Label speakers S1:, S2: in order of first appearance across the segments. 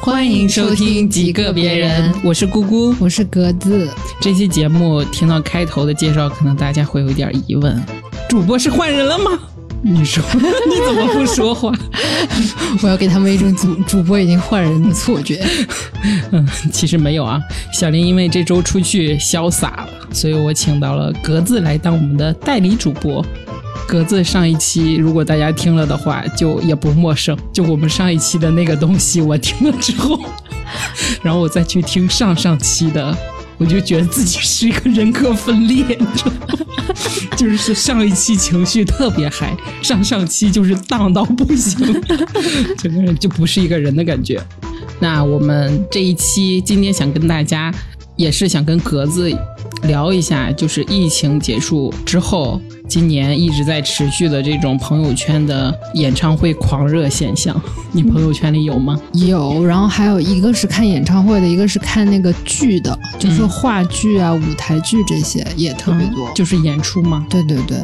S1: 欢迎收听《几个别人》，我是咕咕。
S2: 我是格子，
S1: 这期节目听到开头的介绍，可能大家会有一点疑问：主播是换人了吗？你说 你怎么不说话？
S2: 我要给他们一种主主播已经换人的错觉。
S1: 嗯， 其实没有啊。小林因为这周出去潇洒了，所以我请到了格子来当我们的代理主播。格子上一期如果大家听了的话，就也不陌生。就我们上一期的那个东西，我听了之后， 然后我再去听上上期的，我就觉得自己是一个人格分裂，你知道吗？ 就是上一期情绪特别嗨，上上期就是荡到不行， 整个人就不是一个人的感觉。那我们这一期今天想跟大家，也是想跟格子聊一下，就是疫情结束之后，今年一直在持续的这种朋友圈的演唱会狂热现象， 你朋友圈里有吗？
S2: 有，然后还有一个是看演唱会的，一个是看那个剧的，就是
S1: 嗯
S2: 话剧啊、舞台剧这些也特别多。
S1: 就是演出吗？
S2: 对对对，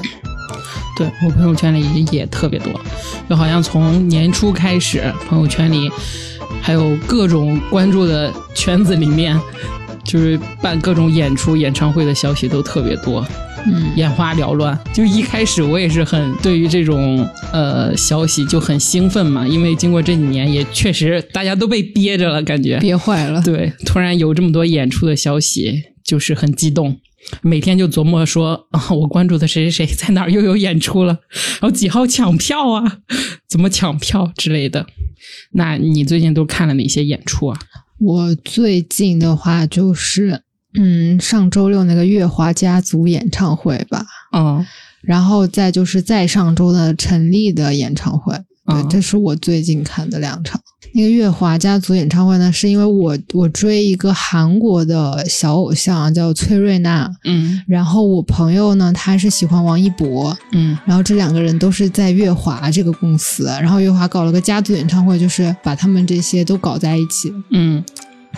S1: 对我朋友圈里也特别多，就好像从年初开始，朋友圈里还有各种关注的圈子里面，就是办各种演出、演唱会的消息都特别多，
S2: 嗯，
S1: 眼花缭乱。就一开始我也是很对于这种呃消息就很兴奋嘛，因为经过这几年也确实大家都被憋着了，感觉
S2: 憋坏了。
S1: 对，突然有这么多演出的消息，就是很激动。每天就琢磨说啊，我关注的谁谁谁在哪儿又有演出了，然后几号抢票啊，怎么抢票之类的。那你最近都看了哪些演出啊？
S2: 我最近的话就是，嗯，上周六那个月华家族演唱会吧，哦
S1: 嗯，
S2: 然后再就是再上周的陈粒的演唱会，对，
S1: 嗯
S2: 这是我最近看的两场。那个月华家族演唱会呢，是因为我我追一个韩国的小偶像啊叫崔瑞娜，
S1: 嗯
S2: 然后我朋友呢他是喜欢王一博，
S1: 嗯
S2: 然后这两个人都是在月华这个公司，啊然后月华搞了个家族演唱会，就是把他们这些都搞在一起，
S1: 嗯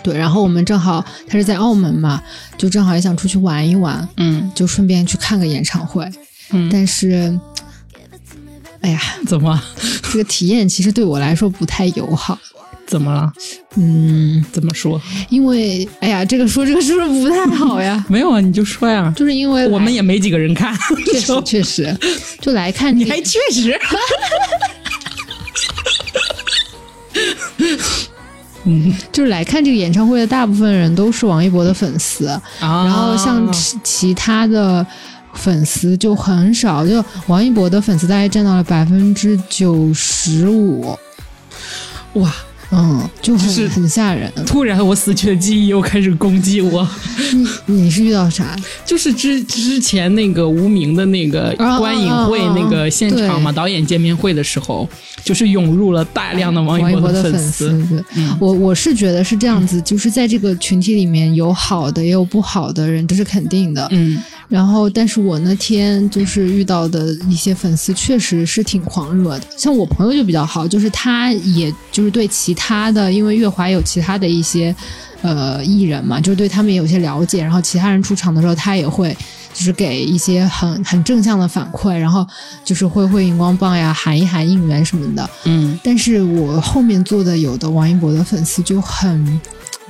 S2: 对，然后我们正好他是在澳门嘛，就正好也想出去玩一玩，
S1: 嗯
S2: 就顺便去看个演唱会，
S1: 嗯，
S2: 但是，哎呀，
S1: 怎么
S2: 这个体验其实对我来说不太友好。
S1: 怎么了？
S2: 嗯，
S1: 怎么说？？
S2: 因为哎呀，这个说这个是不是不太好呀
S1: 没有啊，你就说呀。
S2: 就是因为来
S1: 我们也没几个人看，
S2: 确 实确实，就来看
S1: 你
S2: 这个
S1: 还确实。
S2: 就是来看这个演唱会的大部分人都是王一博的粉丝，
S1: 然
S2: 然后像其其他的粉丝就很少，就王一博的粉丝大概占到了百分之九十五，
S1: 哇，
S2: 嗯，就很、
S1: 就是
S2: 很 吓人。
S1: 突然我死去的记忆又开始攻击我，
S2: 你你是遇到啥？
S1: 就是之之前那个无名的那个
S2: 啊
S1: 观影会
S2: 啊啊啊
S1: 那个现场嘛，
S2: 对
S1: 导演见面会的时候，就是涌入了大量的王
S2: 王
S1: 一
S2: 一博
S1: 的
S2: 的粉
S1: 丝。
S2: 对
S1: 嗯
S2: 我我是觉得是这样子，就是在这个群体里面有好的也有不好的人，这是肯定的。
S1: 嗯
S2: 然后，但是我那天就是遇到的一些粉丝确实是挺狂热的，像我朋友就比较好，就是他也就是对其他的，因为月华有其他的一些呃艺人嘛，就是对他们也有些了解，然后其他人出场的时候，他也会就是给一些很很正向的反馈，然后就是会会荧光棒呀，喊一喊应援什么的。
S1: 嗯
S2: 但是我后面坐的有的王一博的粉丝就很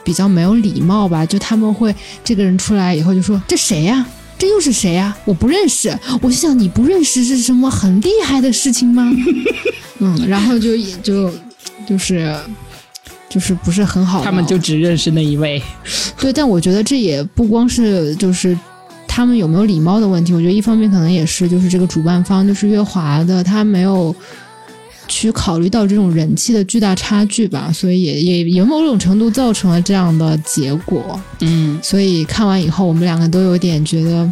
S2: 比较没有礼貌吧，就他们会这个人出来以后就说这谁呀、这又是谁呀、我不认识。我就想你不认识是什么很厉害的事情 吗？嗯，然后就也就就是就是不是很好。
S1: 他们就只认识那一位。
S2: 对，但我觉得这也不光是就是他们有没有礼貌的问题，我觉得一方面可能也是就是这个主办方就是月华的，他没有去考虑到这种人气的巨大差距吧，所以也也也某种程度造成了这样的结果。
S1: 嗯
S2: 所以看完以后，我们两个都有点觉得，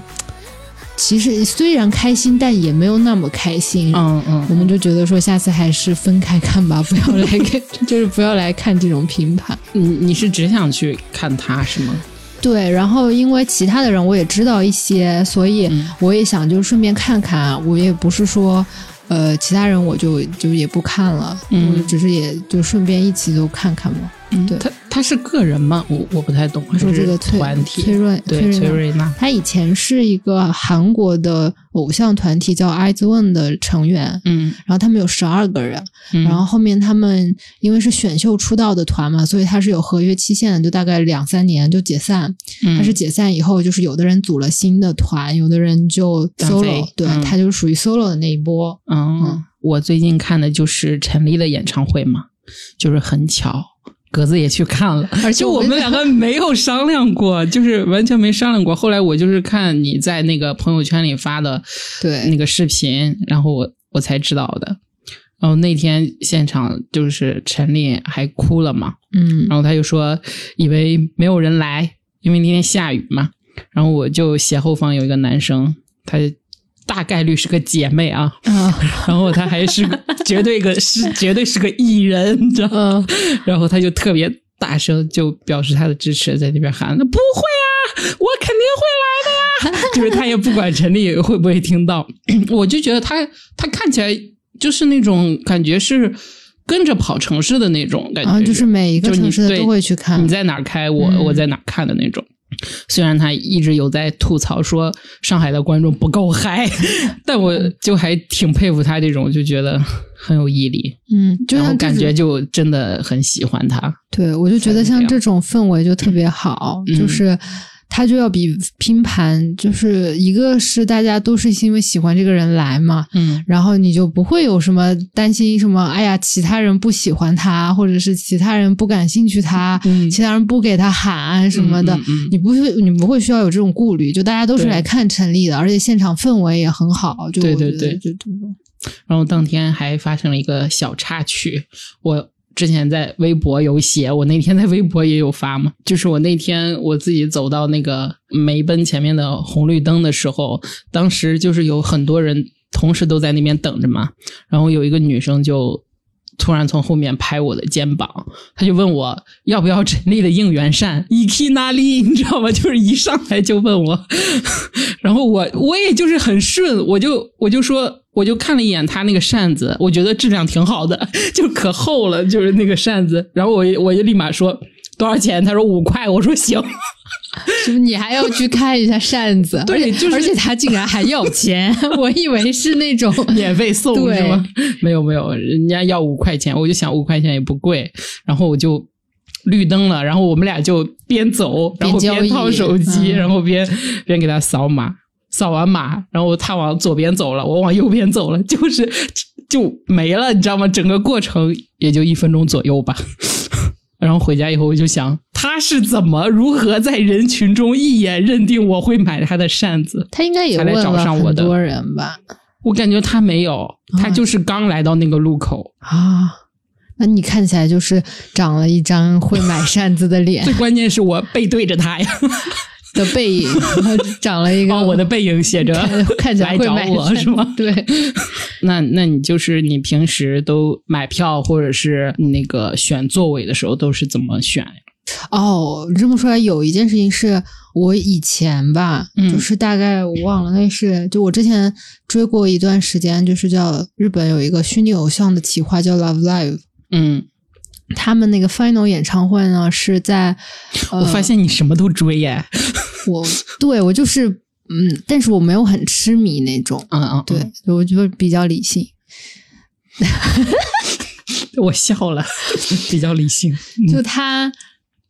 S2: 其实虽然开心，但也没有那么开心。
S1: 嗯
S2: 我
S1: 嗯，
S2: 们就觉得说，下次还是分开看吧，不要来看， 就是不要来看这种评判。
S1: 你你是只想去看他是吗？
S2: 对，然后因为其他的人我也知道一些，所以
S1: 嗯
S2: 我也想就顺便看看。我也不是说，呃，其他人我就就也不看了，
S1: 嗯
S2: 我只是也就顺便一起都看看嘛。
S1: 嗯
S2: 对
S1: 他他是个人吗？我我不太懂。
S2: 你说
S1: 还是
S2: 这个崔
S1: 团
S2: 崔
S1: 体，
S2: 瑞
S1: 对，崔
S2: 瑞娜
S1: 瑞娜，
S2: 他以前是一个韩国的偶像团体叫 IZONE 的成员，
S1: 嗯，
S2: 然后他们有十二个人，
S1: 嗯
S2: 然后后面他们因为是选秀出道的团嘛，所以他是有合约期限的，就大概两三年就解散。
S1: 嗯
S2: 但是解散以后，就是有的人组了新的团，有的人就
S1: 单
S2: solo，
S1: 飞
S2: 对、
S1: 嗯
S2: 他就是属于 solo 的那一波。
S1: 嗯
S2: 嗯
S1: 嗯，我最近看的就是陈粒的演唱会嘛，就是很巧。格子也去看了，
S2: 而且
S1: 就我
S2: 我
S1: 们两个没有商量过，就是完全没商量过。后来我就是看你在那个朋友圈里发的
S2: 对
S1: 那个视频，然后我我才知道的。然后那天现场就是陈粒还哭了嘛，
S2: 嗯
S1: 然后他就说以为没有人来，因为那天下雨嘛。然后我就斜后方有一个男生，他大概率是个姐妹啊，
S2: 啊
S1: 然后他还是个绝对个是绝对是个艺人，你知道吗？
S2: 嗯，
S1: 然后他就特别大声就表示他的支持，在那边喊：“那不会啊，我肯定会来的 呀！”就是他也不管陈丽会不会听到， 我就觉得他他看起来就是那种感觉是跟着跑城市的那种感觉，
S2: 然后啊就是每一个
S1: 就是你
S2: 城市的
S1: 对
S2: 都会去看
S1: 你。在哪儿开，我、
S2: 嗯
S1: 我在哪儿看的那种。虽然他一直有在吐槽说上海的观众不够嗨， 但我
S2: 嗯
S1: 就还挺佩服他这种，就觉得很有毅力，
S2: 嗯，就
S1: 然后
S2: 像
S1: 感
S2: 这种
S1: 觉就真的很喜欢他。
S2: 对，我就觉得
S1: 才能
S2: 像
S1: 这
S2: 这种氛围就特别好，
S1: 嗯
S2: 就是它就要比拼盘，就是一个是大家都是因为喜欢这个人来嘛，
S1: 嗯
S2: 然后你就不会有什么担心什么，哎呀，其他人不喜欢他，或者是其他人不感兴趣他，
S1: 嗯
S2: 其他人不给他喊什么的。
S1: 嗯嗯嗯
S2: 你不会，你不会需要有这种顾虑，就大家都是
S1: 对
S2: 来看陈立的，而且现场氛围也很好。就
S1: 对对
S2: 我觉得
S1: 对
S2: 就这种
S1: 然后当天还发生了一个小插曲，我之前在微博有写，我那天在微博也有发嘛，就是我那天我自己走到那个梅奔前面的红绿灯的时候，当时就是有很多人同时都在那边等着嘛，然后有一个女生就。突然从后面拍我的肩膀，她就问我要不要陈丽的应援扇， 伊 k 那里，你知道吗？就是一上来就问我， 然后我我也就是很顺，我就我就说，我就看了一眼他那个扇子，我觉得质量挺好的， 就可厚了，就是那个扇子。然后我我就立马说多少钱？他说五块，我说行。
S2: 就是你还要去看一下扇子，
S1: 对
S2: 而且
S1: 就是
S2: 而且他竟然还要钱， 我以为是那种
S1: 免费送
S2: 对
S1: 是吗？ 没有没有，人家要五块钱，我就想五块钱也不贵，然后我就绿灯了，然后我们俩就边走，然后
S2: 边交
S1: 边
S2: 易
S1: 掏手机，
S2: 嗯
S1: 然后边边给他扫码，扫完码，然后他往左边走了，我往右边走了， 就是就没了，你知道吗？整个过程也就一分钟左右吧。 然后回家以后，我就想，他是怎么如何在人群中一眼认定我会买他的扇子？
S2: 他应该也
S1: 才
S2: 问
S1: 来找
S2: 了
S1: 上我
S2: 很
S1: 的
S2: 多人吧？
S1: 我感觉他没有，
S2: 哦
S1: 他就是刚来到那个路 口。
S2: 啊，那你看起来就是长了一张会买扇子的脸
S1: 最关键是我背对着他呀，
S2: 的背影，然后长了一个
S1: 哦，我的背影写着
S2: 看看起来
S1: 来
S2: 会
S1: 找
S2: 买
S1: 我
S2: 扇
S1: 是吗？
S2: 对，
S1: 那那你就是你平时都买票或者是那个选座位的时候都是怎么选呀？
S2: 哦，这么说来，有一件事情是我以前吧，
S1: 嗯
S2: 就是大概我忘了，那是就我之前追过一段时间，就是叫日本有一个虚拟偶像的企划叫 Love Live。
S1: 嗯，
S2: 他们那个 final 演唱会呢是在，呃、
S1: 我发现你什么都追耶，
S2: 我对我就是嗯，但是我没有很痴迷那种，
S1: 嗯嗯，嗯
S2: 对，，我就比较理性。
S1: 我笑了， 比较理性。
S2: 就他，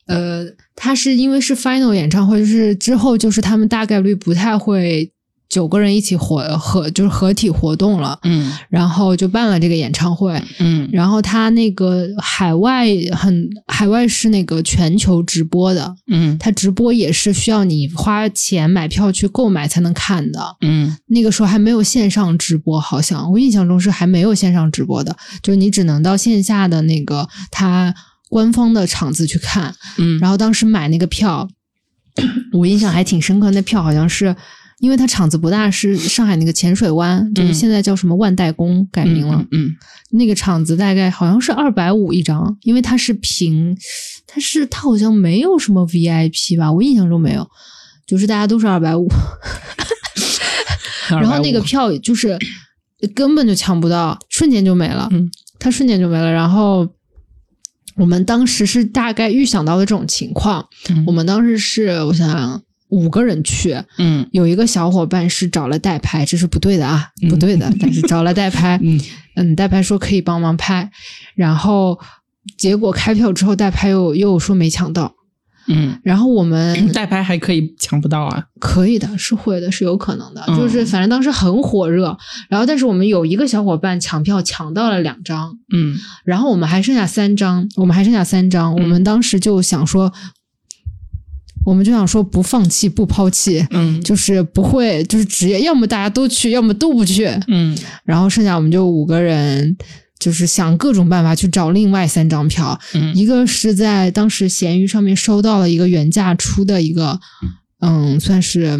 S2: 呃，他是因为是 final 演唱会，就是之后就是他们大概率不太会九个人一起活合，就是合体活动了，
S1: 嗯
S2: 然后就办了这个演唱会。
S1: 嗯
S2: 然后他那个海外很海外是那个全球直播的，
S1: 嗯
S2: 他直播也是需要你花钱买票去购买才能看的。
S1: 嗯
S2: 那个时候还没有线上直播，好像我印象中是还没有线上直播的，就是你只能到线下的那个他官方的场子去看。
S1: 嗯，
S2: 然后当时买那个票，我印象还挺深刻，那票好像是。因为它场子不大，是上海那个浅水湾，就是
S1: 嗯
S2: 现在叫什么万代宫改名了。
S1: 嗯
S2: 那个场子大概好像是二百五一张，因为它是平，它是它好像没有什么 VIP 吧，我印象中没有，就是大家都是二百五。
S1: 嗯，
S2: 然后那个票就是根本就抢不到，瞬间就没了，
S1: 嗯
S2: 它瞬间就没了。然后我们当时是大概预想到的这种情况，
S1: 嗯
S2: 我们当时是我想想五个人去，
S1: 嗯
S2: 有一个小伙伴是找了代拍，这是不对的啊，不对的。但是找了代拍，
S1: 嗯
S2: 嗯，代拍说可以帮忙拍，然后结果开票之后，代拍又又说没抢到，
S1: 嗯，
S2: 然后我们
S1: 代拍还可以抢不到啊，
S2: 可以的，是会的，是有可能的，
S1: 嗯
S2: 就是反正当时很火热，然后但是我们有一个小伙伴抢票抢到了两张，
S1: 嗯
S2: 然后我们还剩下三张，我们还剩下三张，我
S1: 嗯
S2: 们当时就想说，我们就想说不放弃不抛弃，
S1: 嗯
S2: 就是不会，就是职业，要么大家都去，要么都不去。
S1: 嗯
S2: 然后剩下我们就五个人，就是想各种办法去找另外三张票。
S1: 嗯
S2: 一个是在当时闲鱼上面收到了一个原价出的一个，嗯，算是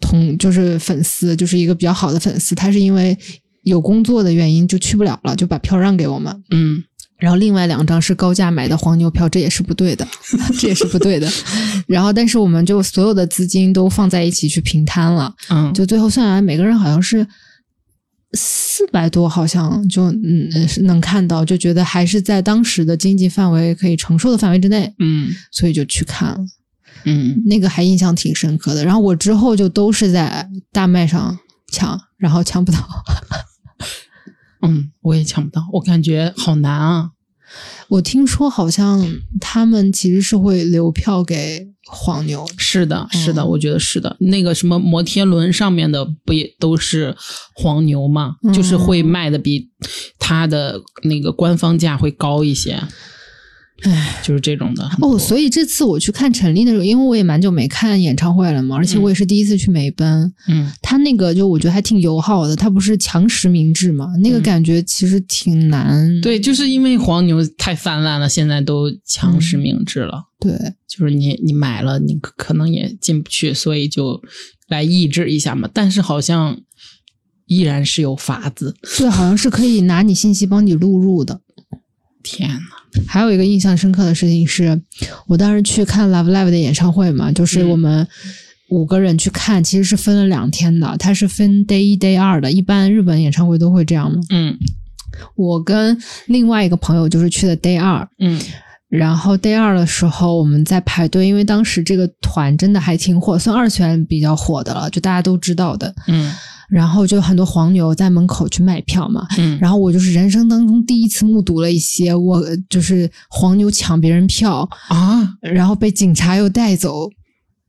S2: 同就是粉丝，就是一个比较好的粉丝，他是因为有工作的原因就去不了了，就把票让给我们。
S1: 嗯
S2: 然后另外两张是高价买的黄牛票，这也是不对的， 这也是不对的。然后，但是我们就所有的资金都放在一起去平摊了，
S1: 嗯，
S2: 就最后算下来，每个人好像是四百多，好像就嗯是能看到，就觉得还是在当时的经济范围可以承受的范围之内，
S1: 嗯
S2: 所以就去看了。
S1: 嗯
S2: 那个还印象挺深刻的。然后我之后就都是在大麦上抢，然后抢不到。
S1: 嗯，我也抢不到，我感觉好难啊。
S2: 我听说好像他们其实是会留票给黄牛的，
S1: 是的，是的，
S2: 嗯
S1: 我觉得是的。那个什么摩天轮上面的不也都是黄牛嘛，
S2: 嗯
S1: 就是会卖的比它的那个官方价会高一些，
S2: 唉。
S1: 就是这种的。很
S2: 哦，
S1: 多
S2: 所以这次我去看陈粒的时候，因为我也蛮久没看演唱会了嘛，而且我也是第一次去美奔，
S1: 嗯
S2: 他那个就我觉得还挺友好的，他不是强实名制嘛，那个
S1: 嗯
S2: 感觉其实挺难。
S1: 对，就是因为黄牛太泛滥了，现在都
S2: 嗯
S1: 强实名制了，
S2: 对，
S1: 就是你你买了，你可可能也进不去，所以就来抑制一下嘛。但是好像依然是有法子。
S2: 对，好像是可以拿你信息帮你录入的。
S1: 天呐，
S2: 还有一个印象深刻的事情是，我当时去看 Love Live 的演唱会嘛，就是
S1: 嗯
S2: 我们五个人去看，其实是分了两天的，它是分 day 一 day 二的，一般日本演唱会都会这样嘛。
S1: 嗯
S2: 我跟另外一个朋友就是去的 day 二，
S1: 嗯
S2: 然后 day 二的时候我们在排队，因为当时这个团真的还挺火，算二次元比较火的了，就大家都知道的。
S1: 嗯
S2: 然后就很多黄牛在门口去卖票嘛，
S1: 嗯
S2: 然后我就是人生当中第一次目睹了一些我就是黄牛抢别人票，
S1: 啊，
S2: 然后被警察又带走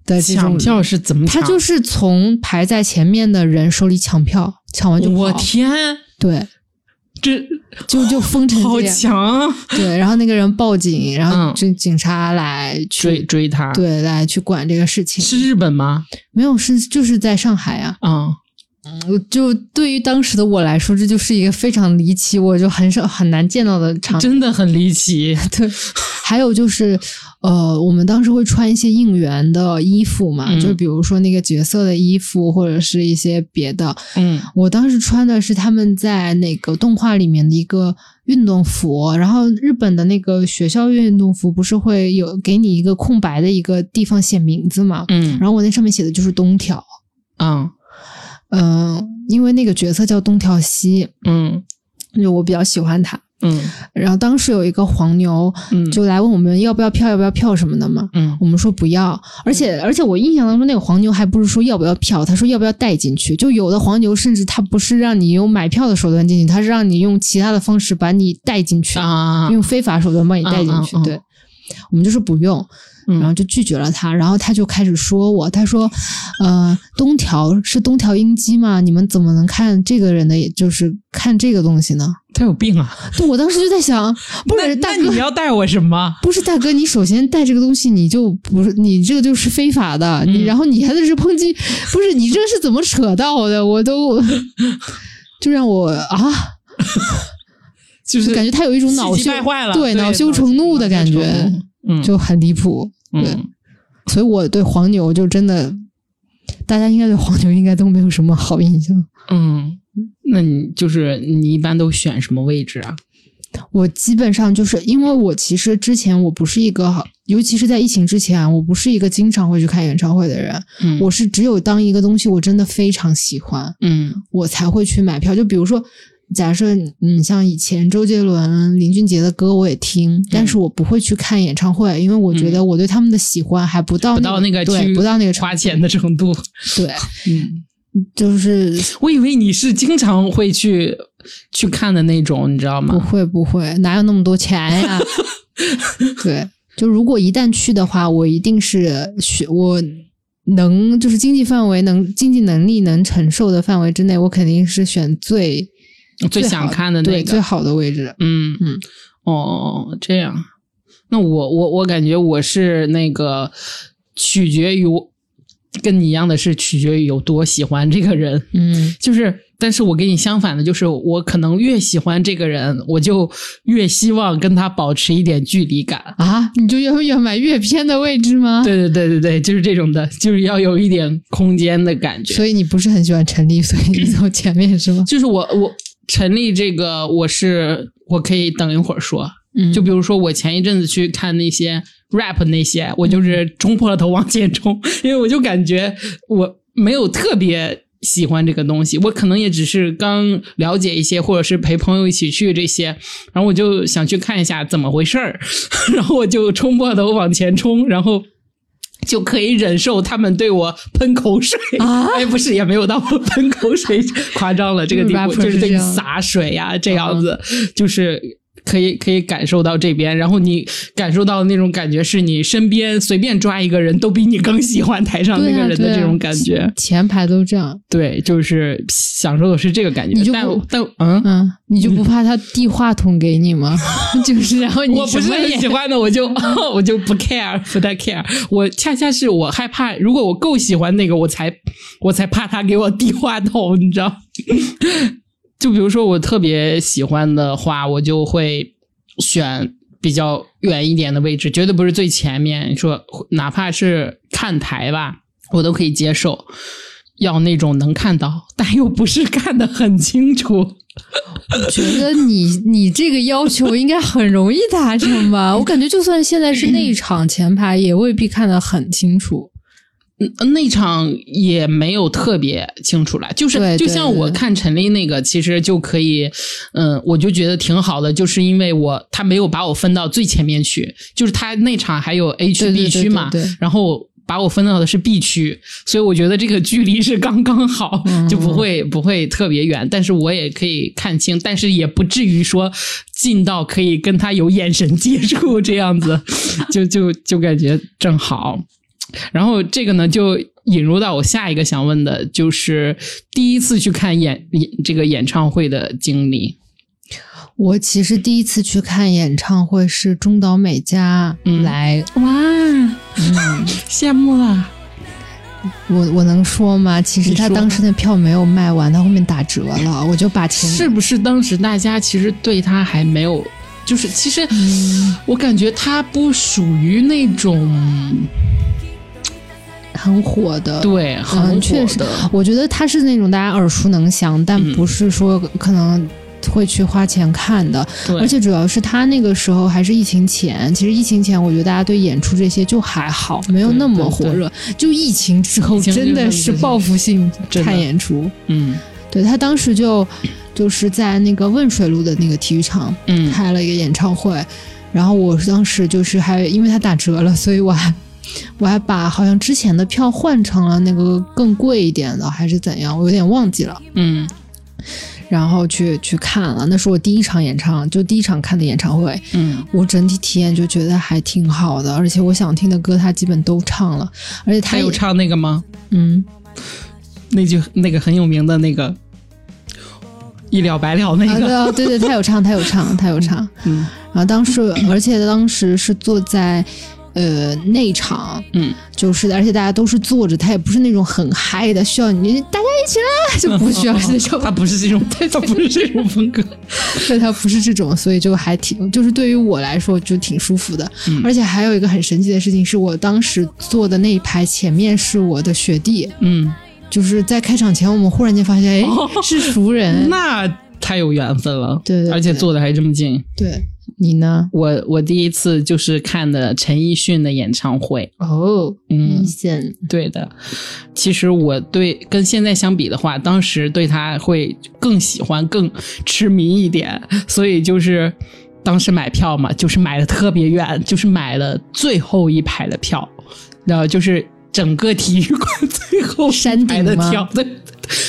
S2: 的这
S1: 抢
S2: 种。
S1: 票是怎么抢？
S2: 他就是从排在前面的人手里抢票，抢完就
S1: 我
S2: 跑
S1: 天，
S2: 对，
S1: 这
S2: 就就疯 成
S1: 好
S2: 这样。
S1: 强啊！
S2: 对，然后那个人报警，然后
S1: 嗯
S2: 就警察来
S1: 追
S2: 去、
S1: 追他，，
S2: 对来去管这个事情。
S1: 是日本吗？
S2: 没有是就是在上海啊，
S1: 啊，
S2: 我就对于当时的我来说，这就是一个非常离奇，我就很少很难见到的场景。
S1: 真的很离奇。
S2: 对，还有就是，呃，我们当时会穿一些应援的衣服嘛，
S1: 嗯
S2: 就比如说那个角色的衣服，或者是一些别的。
S1: 嗯
S2: 我当时穿的是他们在那个动画里面的一个运动服，然后日本的那个学校运动服不是会有给你一个空白的一个地方写名字嘛？
S1: 嗯
S2: 然后我那上面写的就是东条，
S1: 啊
S2: 嗯、因为那个角色叫东条希，
S1: 嗯
S2: 就我比较喜欢他。
S1: 嗯
S2: 然后当时有一个黄牛
S1: 嗯
S2: 就来问我们要不要票，要不要票什么的嘛。
S1: 嗯
S2: 我们说不要，而且而且我印象当中那个黄牛还不是说要不要票，他说要不要带进去。就有的黄牛甚至他不是让你用买票的手段进去，他是让你用其他的方式把你带进去，
S1: 啊，
S2: 用非法手段把你带进
S1: 嗯
S2: 去。
S1: 嗯嗯
S2: 对，我们就说不用，
S1: 嗯
S2: 然后就拒绝了他。然后他就开始说我，他说，呃，东条是东条英机吗？你们怎么能看这个人的，也就是看这个东西呢？
S1: 他有病啊！
S2: 对我当时就在想，不
S1: 那
S2: 是大
S1: 那
S2: 哥
S1: 你。要带我什么？
S2: 不是大哥，你首先带这个东西，你就不是你这个就是非法的，你
S1: 嗯
S2: 然后你还在这抨击，不是你这是怎么扯到的？我都就让我啊，
S1: 就是
S2: 感觉他有一种
S1: 气
S2: 恼
S1: 急
S2: 羞
S1: 败坏了，
S2: 对恼羞成怒的感觉，
S1: 嗯，
S2: 就很离谱。对，
S1: 嗯
S2: 所以我对黄牛就真的，大家应该对黄牛应该都没有什么好印象。
S1: 嗯，那你就是你一般都选什么位置啊？
S2: 我基本上就是因为我其实之前我不是一个，尤其是在疫情之前，我不是一个经常会去看演唱会的人。
S1: 嗯
S2: 我是只有当一个东西我真的非常喜欢，
S1: 嗯
S2: 我才会去买票。就比如说，假设嗯，像以前周杰伦、林俊杰的歌我也
S1: 嗯
S2: 听，但是我不会去看演唱会，因为我觉得我对他们的喜欢还不到
S1: 不到那个
S2: 对
S1: 去
S2: 不到那个
S1: 嗯
S2: 程
S1: 花钱的程度。
S2: 度对，
S1: 嗯，
S2: 就是
S1: 我以为你是经常会去去看的那种，你知道
S2: 不
S1: 吗？
S2: 会不会，哪有那么多钱 呀、对，就如果一旦去的话，我一定是学我能就是经济范围能经济能力能承受的范围之内，我肯定是选最
S1: 最想
S2: 好
S1: 看的那
S2: 对最
S1: 个。
S2: 好的位置。
S1: 嗯
S2: 嗯，
S1: 哦，这样。那我我我感觉我是那个取决于我跟你一样的是取决于有多喜欢这个人。
S2: 嗯
S1: 就是，但是我跟你相反的，就是我可能越喜欢这个人，我就越希望跟他保持一点距离感。
S2: 啊，你就越越买越偏的位置吗？，
S1: 嗯对对对对对，就是这种的，就是要有一点空间的感觉。
S2: 所以你不是很喜欢陈立，所以你走前面是吗？
S1: 就是我我陈立这个，我是我可以等一会儿说。
S2: 嗯，
S1: 就比如说我前一阵子去看那些 rap 那些，我就是冲破了头往前冲，因为我就感觉我没有特别。喜欢这个东西，我可能也只是刚了解一些，或者是陪朋友一起去这些，然后我就想去看一下怎么回事儿， 然后我就冲破头往前冲，然后就可以忍受他们对我喷口水
S2: 啊
S1: 哎，不是，也没有到 喷口水夸张了，这个地步
S2: rapper
S1: 就是对
S2: 嗯是这
S1: 你
S2: 样嗯
S1: 洒水呀、这样子，就是可以可以感受到这边，然后你感受到那种感觉，是你身边随便抓一个人都比你更喜欢台上那
S2: 对啊
S1: 个人
S2: 对
S1: 的
S2: 啊
S1: 这种感觉，
S2: 前排都这样，
S1: 对，就是享受的是这个感
S2: 你
S1: 觉
S2: 就，
S1: 但
S2: 不
S1: 但嗯。
S2: 嗯，你就不怕他递话筒给你吗？ 就是，然后你
S1: 我不是
S2: 什么
S1: 很
S2: 也
S1: 喜欢的，我 就我就不 care，不太 care。我恰恰是我害怕，如果我够喜欢那个，我才我才怕他给我递话筒，你知道？ 就比如说我特别喜欢的话，我就会选比较远一点的位置，绝对不是最前面。你说哪怕是看台吧，我都可以接受。要那种能看到，但又不是看得很清楚。
S2: 觉得 你你这个要求应该很容易达成 吧？我感觉就算现在是内场前排，也未必看得很清
S1: 嗯
S2: 楚。
S1: 那场也没有特别清楚来，就是
S2: 对
S1: 就
S2: 对
S1: 像
S2: 对
S1: 我看陈立那个，其实就可以，嗯，我就觉得挺好的，就是因为我他没有把我分到最前面去，就是他那场还有 A 区
S2: 对
S1: B
S2: 对对
S1: 区嘛
S2: 对对，
S1: 然后。把我分到的是 B 区，所以我觉得这个距离是刚刚好，就不会不会特别远，但是我也可以看清，但是也不至于说近到可以跟他有眼神接触这样子，就就就感觉正好。然后这个呢，就引入到我下一个想问的，就是第一次去看演演这个演唱会的经历。
S2: 我其实第一次去看演唱会是中岛美嘉
S1: 嗯
S2: 来，
S1: 哇，羡慕啊啦！
S2: 我我能说吗？其实
S1: 你
S2: 他
S1: 说
S2: 当时那票没有卖完，他后面打折了，我就把钱
S1: 是不是当时大家其实对他还没有，就是其实我感觉他不属于那种
S2: 很火的，
S1: 对很火的，
S2: 嗯，确实，我觉得他是那种大家耳熟能详，但
S1: 嗯
S2: 不是说可能会去花钱看的。
S1: 对，
S2: 而且主要是他那个时候还是疫情前，其实疫情前我觉得大家对演出这些就还好，没有那么火热。就疫情之后，
S1: 疫情之后
S2: 真的是报复性
S1: 真的
S2: 看演出。
S1: 嗯
S2: 对他当时就就是在那个汶水路的那个体育场
S1: 嗯
S2: 开了一个演唱会，然后我当时就是还因为他打折了，所以我还。我还把好像之前的票换成了那个更贵一点的，还是怎样，我有点忘记了。
S1: 嗯
S2: 然后去去看了，那是我第一场演唱，就第一场看的演唱会。
S1: 嗯
S2: 我整体体验就觉得还挺好的，而且我想听的歌他基本都唱了，而且他
S1: 他
S2: 也
S1: 有唱那个吗？
S2: 嗯，
S1: 那句那个很有名的那个一了百了那
S2: 啊对
S1: 个，
S2: 啊对对，他有唱，他有唱，他有唱。
S1: 嗯
S2: 然后当时，而且当时是坐在呃内场，
S1: 嗯。
S2: 就是而且大家都是坐着，他也不是那种很嗨的，需要你大家一起来 就 不需要是那种，
S1: 他不是 这种，他不是这种风格。
S2: 对他不是这种，所以就还挺，就是对于我来说就挺舒服的。
S1: 嗯
S2: 而且还有一个很神奇的事情是，我当时坐的那一排前面是我的学弟，
S1: 嗯，
S2: 就是在开场前我们忽然间发现，哎，是熟人。
S1: 哦 那太有缘分了。
S2: 哎对对对
S1: 而且坐的还这么近。
S2: 对，你呢？
S1: 我我第一次就是看的陈奕迅的演唱会，
S2: 哦，
S1: 嗯
S2: 一，线
S1: 对的。其实我对跟现在相比的话，当时对他会更喜欢、更痴迷一点，所以就是当时买票嘛，就是买的特别远，就是买了最后一排的票，然后就是整个体育馆 最后
S2: 山
S1: 一排的
S2: 顶吗
S1: 票，对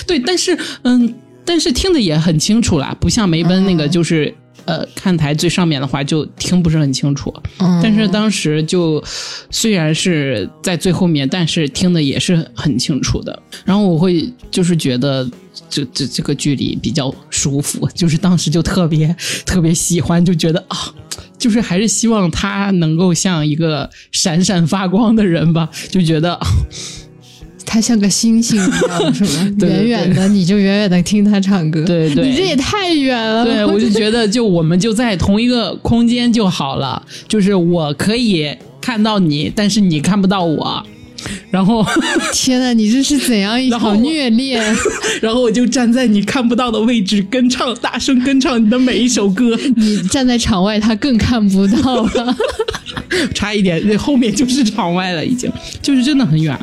S1: 对，但是嗯，但是听的也很清楚啦，不像梅奔那个
S2: 嗯
S1: 就是。呃，看台最上面的话就听不是很清楚，
S2: 嗯，
S1: 但是当时就虽然是在最后面，但是听的也是很清楚的。然后我会就是觉得这这这个距离比较舒服， 就是当时就特别特别喜欢，就觉得啊。就是还是希望他能够像一个闪闪发光的人吧，就觉得啊
S2: 他像个星星一样，是吧？
S1: 对对
S2: 远远的你就远远的听他唱歌，
S1: 对对
S2: 你这也太远了，
S1: 对，我就觉得就我们就在同一个空间就好了，就是我可以看到你，但是你看不到我。然后，
S2: 天呐，你这是怎样一
S1: 然后我
S2: 场虐恋？
S1: 然后我就站在你看不到的位置跟唱，大声跟唱你的每一首歌，
S2: 你站在场外，他更看不到了。
S1: 差一点，后面就是场外了，已经就是真的很远。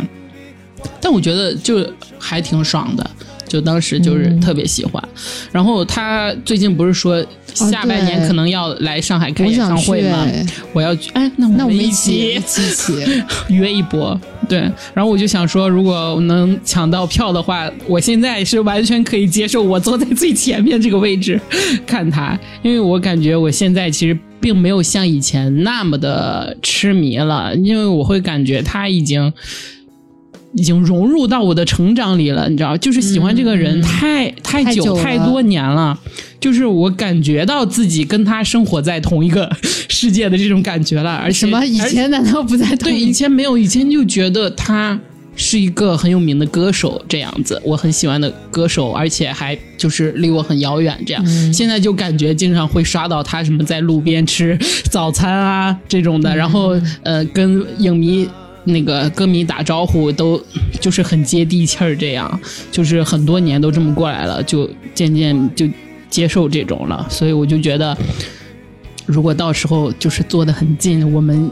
S1: 但我觉得就还挺爽的，就当时就是
S2: 嗯
S1: 特别喜欢。然后他最近不是说下半年
S2: 哦对
S1: 可能要来上海开
S2: 我
S1: 演唱
S2: 想去
S1: 会吗？
S2: 哎，
S1: 我要去，哎，那我
S2: 那我们
S1: 一
S2: 一起
S1: 起
S2: 一起 起，
S1: 约一波。对，然后我就想说，如果我能抢到票的话，我现在是完全可以接受我坐在最前面这个位置看他，因为我感觉我现在其实并没有像以前那么的痴迷了，因为我会感觉他已经。已经融入到我的成长里了，你知道，就是喜欢这个人
S2: 嗯
S1: 太、太
S2: 太
S1: 久
S2: 久了
S1: 太多年了，就是我感觉到自己跟他生活在同一个世界的这种感觉了，而且
S2: 什么？以
S1: 而且
S2: 前难道不在同
S1: 对，以
S2: 一
S1: 前没有，以前就觉得他是一个很有名的歌手这样子，我很喜欢的歌手，而且还就是离我很遥远这样。现在就感觉经常会刷到他什么在路边吃早餐啊这种的，然后呃跟影迷。那个歌迷打招呼都就是很接地气儿，这样就是很多年都这么过来了，就渐渐就接受这种了，所以我就觉得，如果到时候就是坐得很近，我们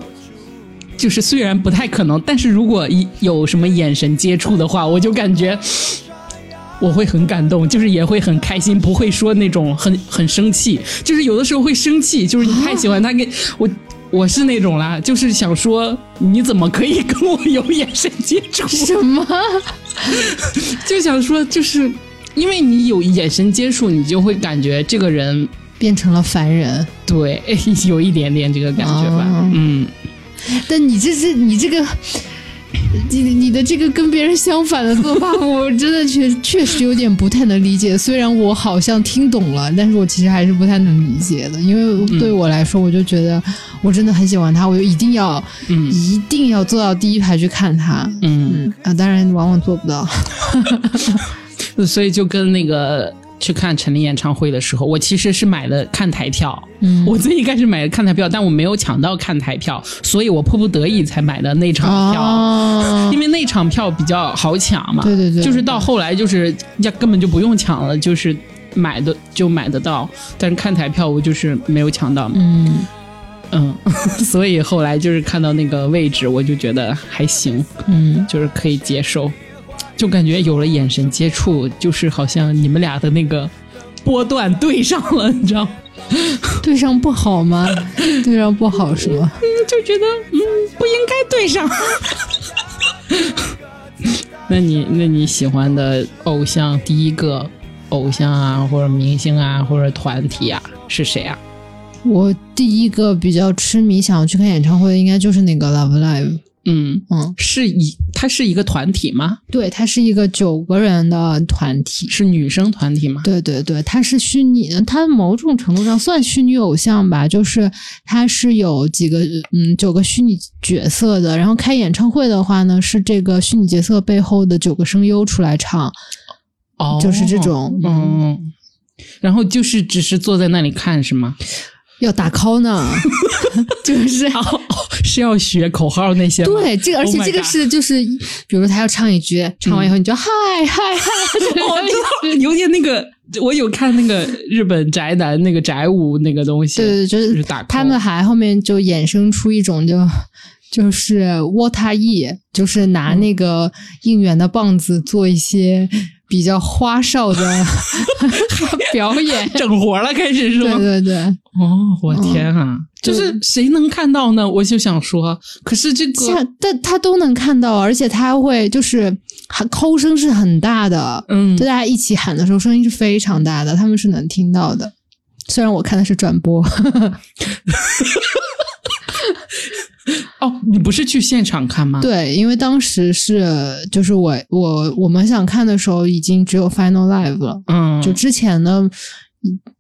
S1: 就是虽然不太可能，但是如果一有什么眼神接触的话，我就感觉我会很感动，就是也会很开心，不会说那种很很生气，就是有的时候会生气，就是你太喜欢他跟我。我是那种啦，就是想说，你怎么可以跟我有眼神接触？
S2: 什 么？
S1: 就想说，就是因为你有眼神接触，你就会感觉这个人
S2: 变成了凡人？
S1: 对 有一点点这个感觉吧。
S2: 哦
S1: 嗯，
S2: 但你这是你这个。你你的这个跟别人相反的做法，我 真的确确实有点不太能理解。虽然我好像听懂了，但是我其实还是不太能理解的，因为对我来说，我就觉得我真的很喜欢他，我就一定要、
S1: 嗯
S2: 一定要坐到第一排去看他。
S1: 嗯
S2: 嗯啊，当然往往做不到。
S1: 所以就跟那个去看陈琳演唱会的时候，我其实是买了看台票。
S2: 嗯，
S1: 我最一开始买的看台票，但我没有抢到看台票，所以我迫不得已才买的那场票。
S2: 哦
S1: 因，为那场票比较好抢嘛，
S2: 对对对
S1: 就是到后来就是呀，根本就不用抢了，就是买的就买得到，但是看台票我就是没有抢到嘛，
S2: 嗯，
S1: 嗯， 所以后来就是看到那个位置，我就觉得还行，
S2: 嗯，
S1: 就是可以接受，就感觉有了眼神接触，就是好像你们俩的那个波段对上了，你知道吗？
S2: 对上不好吗？对上不好是吗？
S1: 就觉得嗯不应该对上。 那你那你喜欢的偶像第一个偶像啊，或者明星啊，或者团体啊，是谁啊？
S2: 我第一个比较痴迷想要去看演唱会，应该就是那个 Love Live。
S1: 嗯，
S2: 嗯，
S1: 是一它是一个团体吗？
S2: 对，它是一个九个人的团体。
S1: 是女生团体吗？
S2: 对对对，它是虚拟，它某种程度上算虚拟偶像吧，就是它是有几个嗯九个虚拟角色的，然后开演唱会的话呢，是这个虚拟角色背后的九个声优出来唱，
S1: 哦
S2: 就是这种
S1: 嗯。然后就是只是坐在那里看是吗？
S2: 要打 call 呢，就是
S1: 哦，是要学口号那些吗，
S2: 对这个，而且
S1: Oh my
S2: 这个
S1: God 嗯
S2: 是就是，比如说他要唱一句，唱完以后你就嗨嗨嗨，
S1: 哦，知 道，有点那个，我有看那个日本宅男那个宅舞那个东西，
S2: 对对，对，就
S1: 就是是打 call
S2: 他们还后面就衍生出一种就就是 water e，就是拿
S1: 嗯
S2: 那个应援的棒子做一些比较花 哨的表演。
S1: 整活了，开始是
S2: 对嗯
S1: 吗？
S2: 对对，
S1: 哦，我天啊！就
S2: 对
S1: 是谁能看到呢？我就想说，可是这个，
S2: 像但他都能看到，而且他会就是喊抠声是很大的，
S1: 嗯
S2: 就大家一起喊的时候声音是非常大的，他们是能听到的。虽然我看的是转播，
S1: 哦，你不是去现场看吗？，
S2: 对，因为当时是就是我我我们想看的时候，已经只有 Final Live 了。
S1: 嗯，
S2: 就之前呢，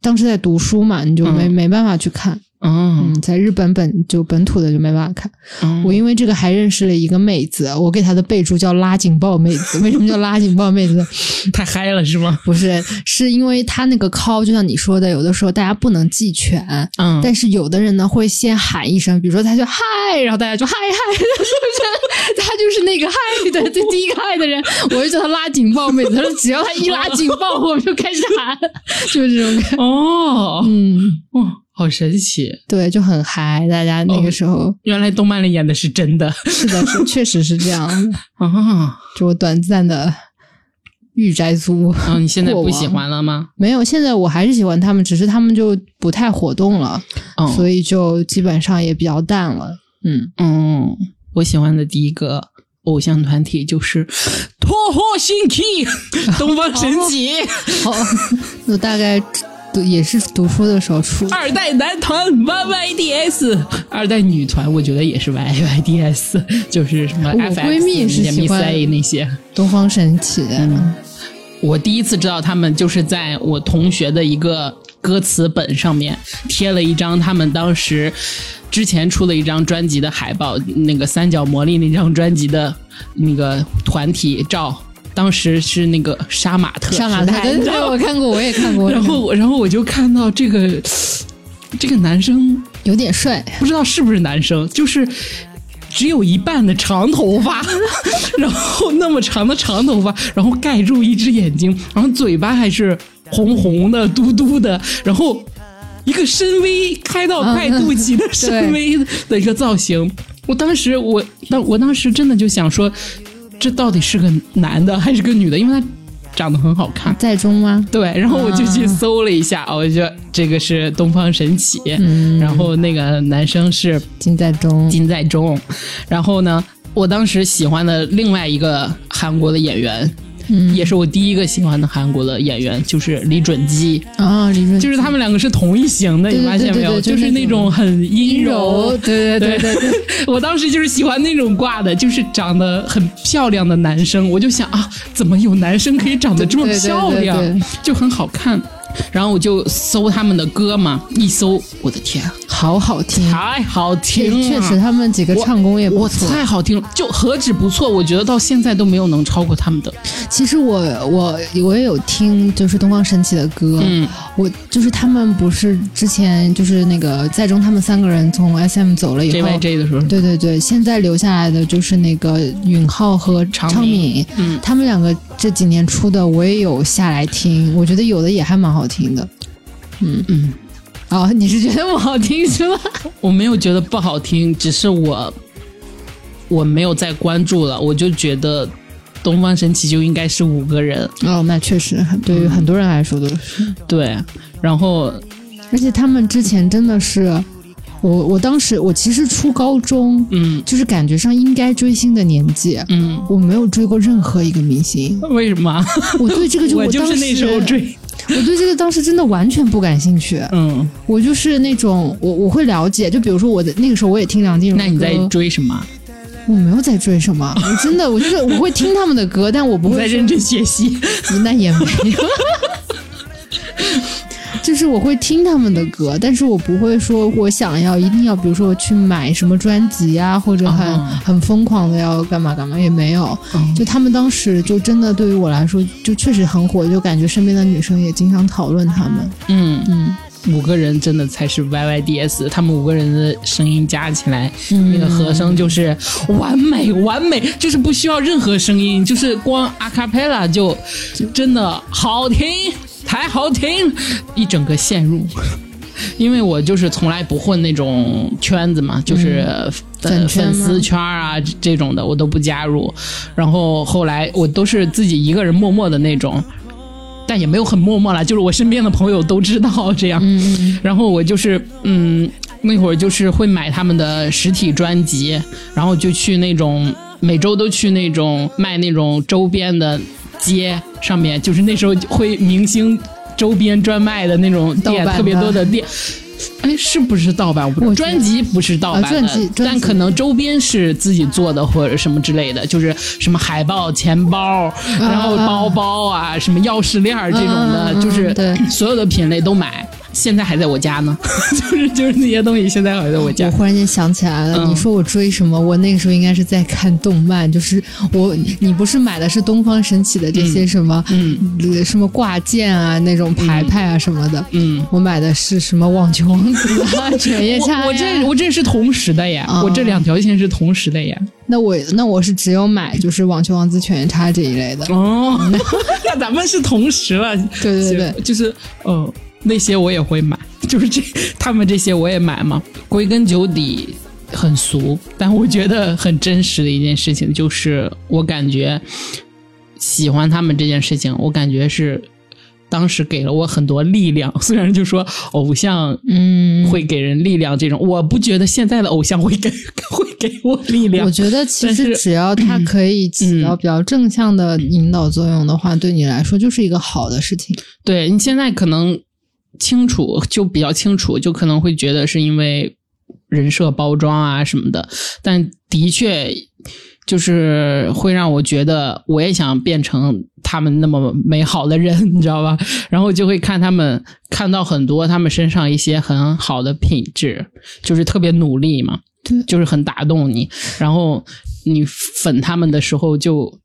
S2: 当时在读书嘛，你就没、
S1: 嗯
S2: 没办法去看。
S1: 嗯
S2: 嗯，在日本本就本土的就没办法看。
S1: 嗯，
S2: 我因为这个还认识了一个妹子，我给她的备注叫拉警报妹子。为什么叫拉警报妹子？
S1: 嗯太嗨了是吗？
S2: 不是，是因为她那个 call，就像你说的，有的时候大家不能记全。
S1: 嗯，
S2: 但是有的人呢会先喊一声，比如说他就嗨，然后大家就嗨嗨，就是他就是那个嗨的这第一个嗨的人，我就叫他拉警报妹子。他说只要他一拉警报，我们就开始喊，就是这种感觉。
S1: 哦，
S2: 嗯，
S1: 哇，好神奇！
S2: 对，就很嗨，大家那个时候、
S1: 原来动漫里演的是真的
S2: 是的是，确实是这样的。
S1: 啊！
S2: 就我短暂的御宅族，
S1: 嗯，你现在不
S2: 过往
S1: 喜欢了吗？
S2: 没有，现在我还是喜欢他们，只是他们就不太活动了，
S1: 嗯，
S2: 所以就基本上也比较淡了。嗯，
S1: 嗯，我喜欢的第一个偶像团体就是脱货新 key 东方神起
S2: 好， 我大概读也是读书的时候出
S1: 二代男团 YYDS，二 代女团我觉得也是 YYDS，就是什么
S2: 我
S1: FX
S2: 闺蜜是喜欢
S1: MISA 那些。
S2: 东方神起，
S1: 嗯我第一次知道他们，就是在我同学的一个歌词本上面贴了一张他们当时之前出的一张专辑的海报，那个三角魔力那张专辑的那个团体照。当时是那个杀马特时代，
S2: 上马特，对
S1: 你
S2: 对
S1: 知
S2: 对，
S1: 道吗
S2: 我看过，我也看过，
S1: 然后我然后我就看到这个这个男生
S2: 有点帅，
S1: 不知道是不是男生，就是只有一半的长头发， 然后那么长的长头发，然后盖住一只眼睛，然后嘴巴还是红红的、嘟嘟的，然后一个深 V 开到快肚脐的深 V 的一个造型。我当时我当我当时真的就想说，这到底是个男的还是个女的？因为他长得很好看。
S2: 在中吗？
S1: 对，然后我就去搜了一下，啊、我就觉得这个是东方神起，
S2: 嗯
S1: 然后那个男生是
S2: 金在中，
S1: 金在中，然后呢，我当时喜欢的另外一个韩国的演员，
S2: 嗯
S1: 也是我第一个喜欢的韩国的演员，就是李准基，
S2: 啊，李润
S1: 就是他们两个是同一型的，
S2: 对
S1: 你发现没有？
S2: 对对对对
S1: 就是那种很阴柔。
S2: 对对对对对，
S1: 我当时就是喜欢那种挂的，就是长得很漂亮的男生，我就想啊，怎么有男生可以长得这么
S2: 对对对
S1: 漂亮，
S2: 对对
S1: 就很好看。然后我就搜他们的歌嘛，一搜，我的天，
S2: 好好听，
S1: 太好
S2: 确
S1: 听了！
S2: 确实他们几个唱功也不
S1: 我
S2: 错。
S1: 太好听了，就何止不错，我觉得到现在都没有能超过他们的。
S2: 其实我我我也有听，就是东方神起的歌，
S1: 嗯
S2: 我就是他们不是之前就是那个在中他们三个人从 S M 走了以后。
S1: ，JYJ 的时候，
S2: 对对对，现在留下来的就是那个允浩和
S1: 昌
S2: 昌
S1: 敏
S2: 敏，
S1: 嗯，
S2: 他们两个这几年出的我也有下来听，我觉得有的也还蛮好听的。嗯
S1: 嗯，
S2: 哦，你是觉得不好听是吗？
S1: 我没有觉得不好听，只是我我没有再关注了，我就觉得东方神起就应该是五个人，
S2: 哦，那确实，对于很多人来说都是。
S1: 对，然后
S2: 而且他们之前真的是，我我当时我其实初高中，
S1: 嗯
S2: 就是感觉上应该追星的年纪。
S1: 嗯，
S2: 我没有追过任何一个明星，
S1: 为什么？
S2: 我对这个 就
S1: 我就
S2: 当
S1: 是那时候追，
S2: 我对这个当时真的完全不感兴趣。
S1: 嗯，
S2: 我就是那种我我会了解，就比如说我的那个时候我也听梁静 茹，
S1: 那你在
S2: 歌
S1: 追什么？
S2: 我没有在追 什么，我真的我就是我会听他们的歌，但我不
S1: 你
S2: 会
S1: 在
S2: 说
S1: 认真学习，
S2: 那也没有， 就是我会听他们的歌，但是我不会说我想要一定要，比如说我去买什么专辑啊，或者很、
S1: 哦
S2: 很疯狂的要干嘛干嘛，也没有。就他们当时就真的对于我来说，就确实很火，就感觉身边的女生也经常讨论他们。
S1: 嗯，
S2: 嗯，
S1: 五个人真的才是 YYDS，他们五个人的声音加起来，那个和声就是完美完美，就是不需要任何声音，就是光 a cappella 就真的好听，太好听，一整个陷入。 因为我就是从来不混那种圈子嘛，就是粉
S2: 粉圈吗
S1: 嗯粉丝圈啊这这种的，我都不加入。然后后来我都是自己一个人默默的那种，但也没有很默默啦，就是我身边的朋友都知道这样。然后我就是嗯，那会儿就是会买他们的实体专辑，然后就去那种每周都去那种卖那种周边的街上面，就是那时候会明星周边专卖的那种店
S2: 盗版，的
S1: 特别多的店。哎，是不是盗版？我不知道。
S2: 我觉得
S1: 专辑不是盗版的，
S2: 啊专辑专辑
S1: 但可能周边是自己做的或者什么之类的，就是什么海报、钱包，然后包包啊，什么钥匙链儿这种的，
S2: 嗯嗯嗯
S1: 就是
S2: 对
S1: 所有的品类都买。现在还在我家呢， 就是就是那些东西现在还在我家
S2: 我。忽然间想起来了，
S1: 嗯
S2: 你说我追什么？我那个时候应该是在看动漫，就是我你不是买的是东方神起的这些什么，
S1: 嗯
S2: 呃什么挂件啊，那种牌牌啊什么的。
S1: 嗯，
S2: 我买的是什么网球王子啊，犬夜叉呀
S1: 我我这我这是同时的呀，
S2: 哦
S1: 我这两条线是同时的呀。
S2: 那我那我是只有买就是网球王子、犬夜叉这一类 的。
S1: 哦，那咱们是同时了。
S2: 对对对，
S1: 就是呃，那些我也会买， 就是这他们这些我也买嘛。归根究底，很俗，但我觉得很真实的一件事情，就是我感觉喜欢他们这件事情，我感觉是。当时给了我很多力量， 虽然就说偶像
S2: 嗯，
S1: 会给人力量这种，我不觉得现在的偶像会给 会给我力量
S2: 我。觉得其
S1: 但
S2: 实
S1: 是嗯
S2: 只要它可以起到比较正向的引导作用的话，对你来说就是一个好的事情。
S1: 对你现在可能清楚，就比较清楚，就可能会觉得是因为人设包装啊什么的，但的确就是会让我觉得我也想变成他们那么美好的人， 你知道吧？然后就会看他们，看到很多他们身上一些很好的品质，就是特别努力嘛
S2: 对，
S1: 就是很打动你。然后你粉他们的时候，就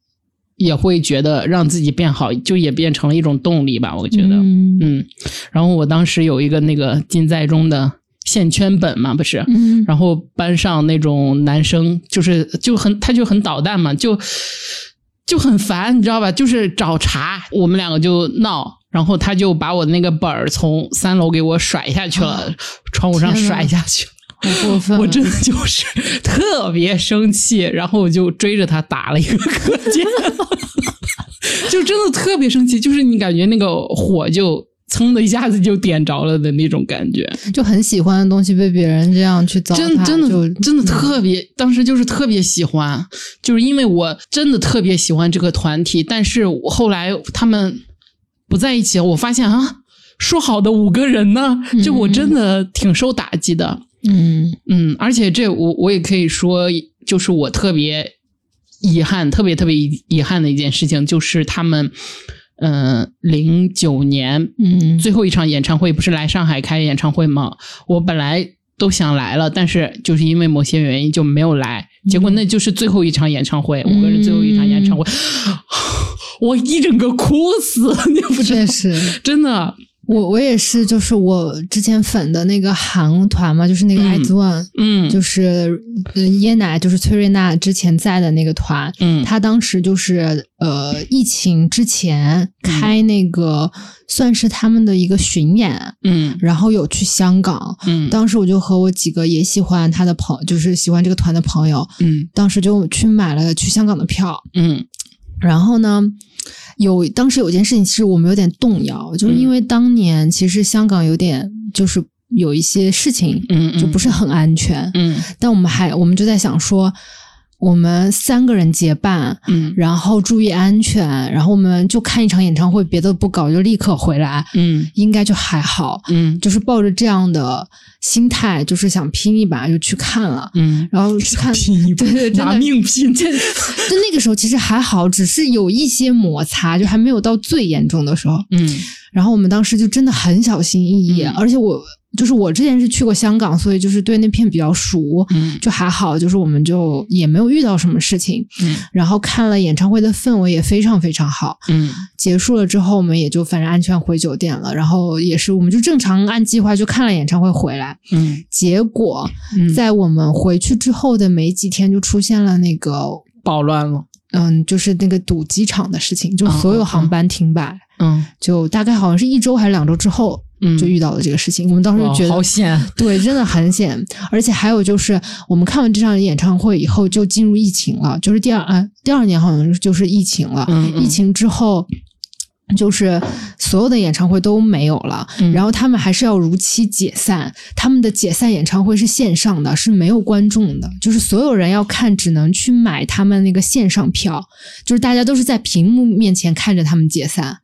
S1: 也会觉得让自己变好，就也变成了一种动力吧。我觉得，
S2: 嗯
S1: 嗯。然后我当时有一个那个金在中的线圈本嘛，不是，
S2: 嗯，
S1: 然后班上那种男生就是就很他就很捣蛋嘛，就就很烦，你知道吧？就是找茬，我们两个就闹。然后他就把我那个本儿从三楼给我甩下去了，
S2: 啊
S1: 窗户上
S2: 天呐
S1: 甩下去了。
S2: 好过分啊，
S1: 我真的就是 特别生气，然后我就追着他打了一个课间， 就真的特别生气，就是你感觉那个火就噌的一下子就点着了的那种感觉，
S2: 就很喜欢的东西被别人这样去糟蹋，
S1: 真真
S2: 就嗯
S1: 的真的特别，当时就是特别喜欢，就是因为我真的特别喜欢这个团体，但是我后来他们不在一起，我发现啊，说好的五个人呢，就我真的挺受打击的。
S2: 嗯
S1: 嗯，而且这我我也可以说，就是我特别遗憾，特别特别遗遗憾的一件事情，就是他们，嗯、呃，零九年
S2: 嗯，
S1: 最后一场演唱会不是来上海开演唱会吗？我本来都想来了，但是就是因为某些原因就没有来，结
S2: 嗯
S1: 果那就是最后一场演唱会，五个人最后一场演唱会，
S2: 嗯
S1: 我一整个哭死， 你不知
S2: 确
S1: 道，
S2: 实，
S1: 真的，
S2: 我我也是，就是我之前粉的那个韩团嘛，就是那个
S1: 嗯
S2: IZ ONE，、
S1: 嗯
S2: 就是呃耶奶，就是崔瑞娜之前在的那个团，
S1: 嗯，
S2: 他当时就是呃疫情之前
S1: 嗯
S2: 开那个、算是他们的一个巡演，
S1: 嗯
S2: 然后有去香港。
S1: 嗯
S2: 当时我就和我几个也喜欢他的朋就是喜欢这个团的朋友，
S1: 嗯
S2: 当时就去买了去香港的票。
S1: 嗯
S2: 然后呢，有当时有一件事情，其实我们有点动摇，就是
S1: 嗯
S2: 因为当年其实香港有点就是有一些事情
S1: 嗯，
S2: 就不是很安全，
S1: 嗯
S2: 但我们还我们就在想说，我们三个人结伴，
S1: 嗯
S2: 然后注意安全，然后我们就看一场演唱会，别的不搞，就立刻回来，
S1: 嗯。
S2: 应该就还好。
S1: 嗯
S2: 就是抱着这样的心态，就是想拼一把就去看了，
S1: 嗯，
S2: 然后去看，
S1: 拼一把
S2: 对对，真
S1: 拿
S2: 的
S1: 命拼，这
S2: 就那个时候其实还好，只是有一些摩擦，就还没有到最严重的时候。
S1: 嗯
S2: 然后我们当时就真的很小心翼翼，
S1: 嗯
S2: 而且我就是我之前是去过香港，所以就是对那片比较熟，
S1: 嗯
S2: 就还好，就是我们就也没有遇到什么事情。
S1: 嗯
S2: 然后看了演唱会的氛围也非常非常好。
S1: 嗯
S2: 结束了之后，我们也就反正安全回酒店了。然后也是我们就正常按计划就看了演唱会回来。
S1: 嗯
S2: 结果
S1: 嗯，
S2: 在我们回去之后的没几天，就出现了那个
S1: 暴乱了，
S2: 嗯，就是那个堵机场的事情，就
S1: 嗯
S2: 所有
S1: 嗯
S2: 航班停摆。
S1: 嗯
S2: 就大概好像是一周还是两周之后，
S1: 嗯，
S2: 就遇到了这个事情。我们当时就
S1: 哇
S2: 觉得
S1: 好险，啊
S2: 对，真的很险。而且还有就是，我们看完这场演唱会以后，就进入疫情了，就是第二啊，第二年好像就是疫情了。
S1: 嗯嗯
S2: 疫情之后。就是所有的演唱会都没有了，
S1: 嗯
S2: 然后他们还是要如期解散。他们的解散演唱会是线上的，是没有观众的，就是所有人要看，只能去买他们那个线上票，就是大家都是在屏幕面前看着他们解散。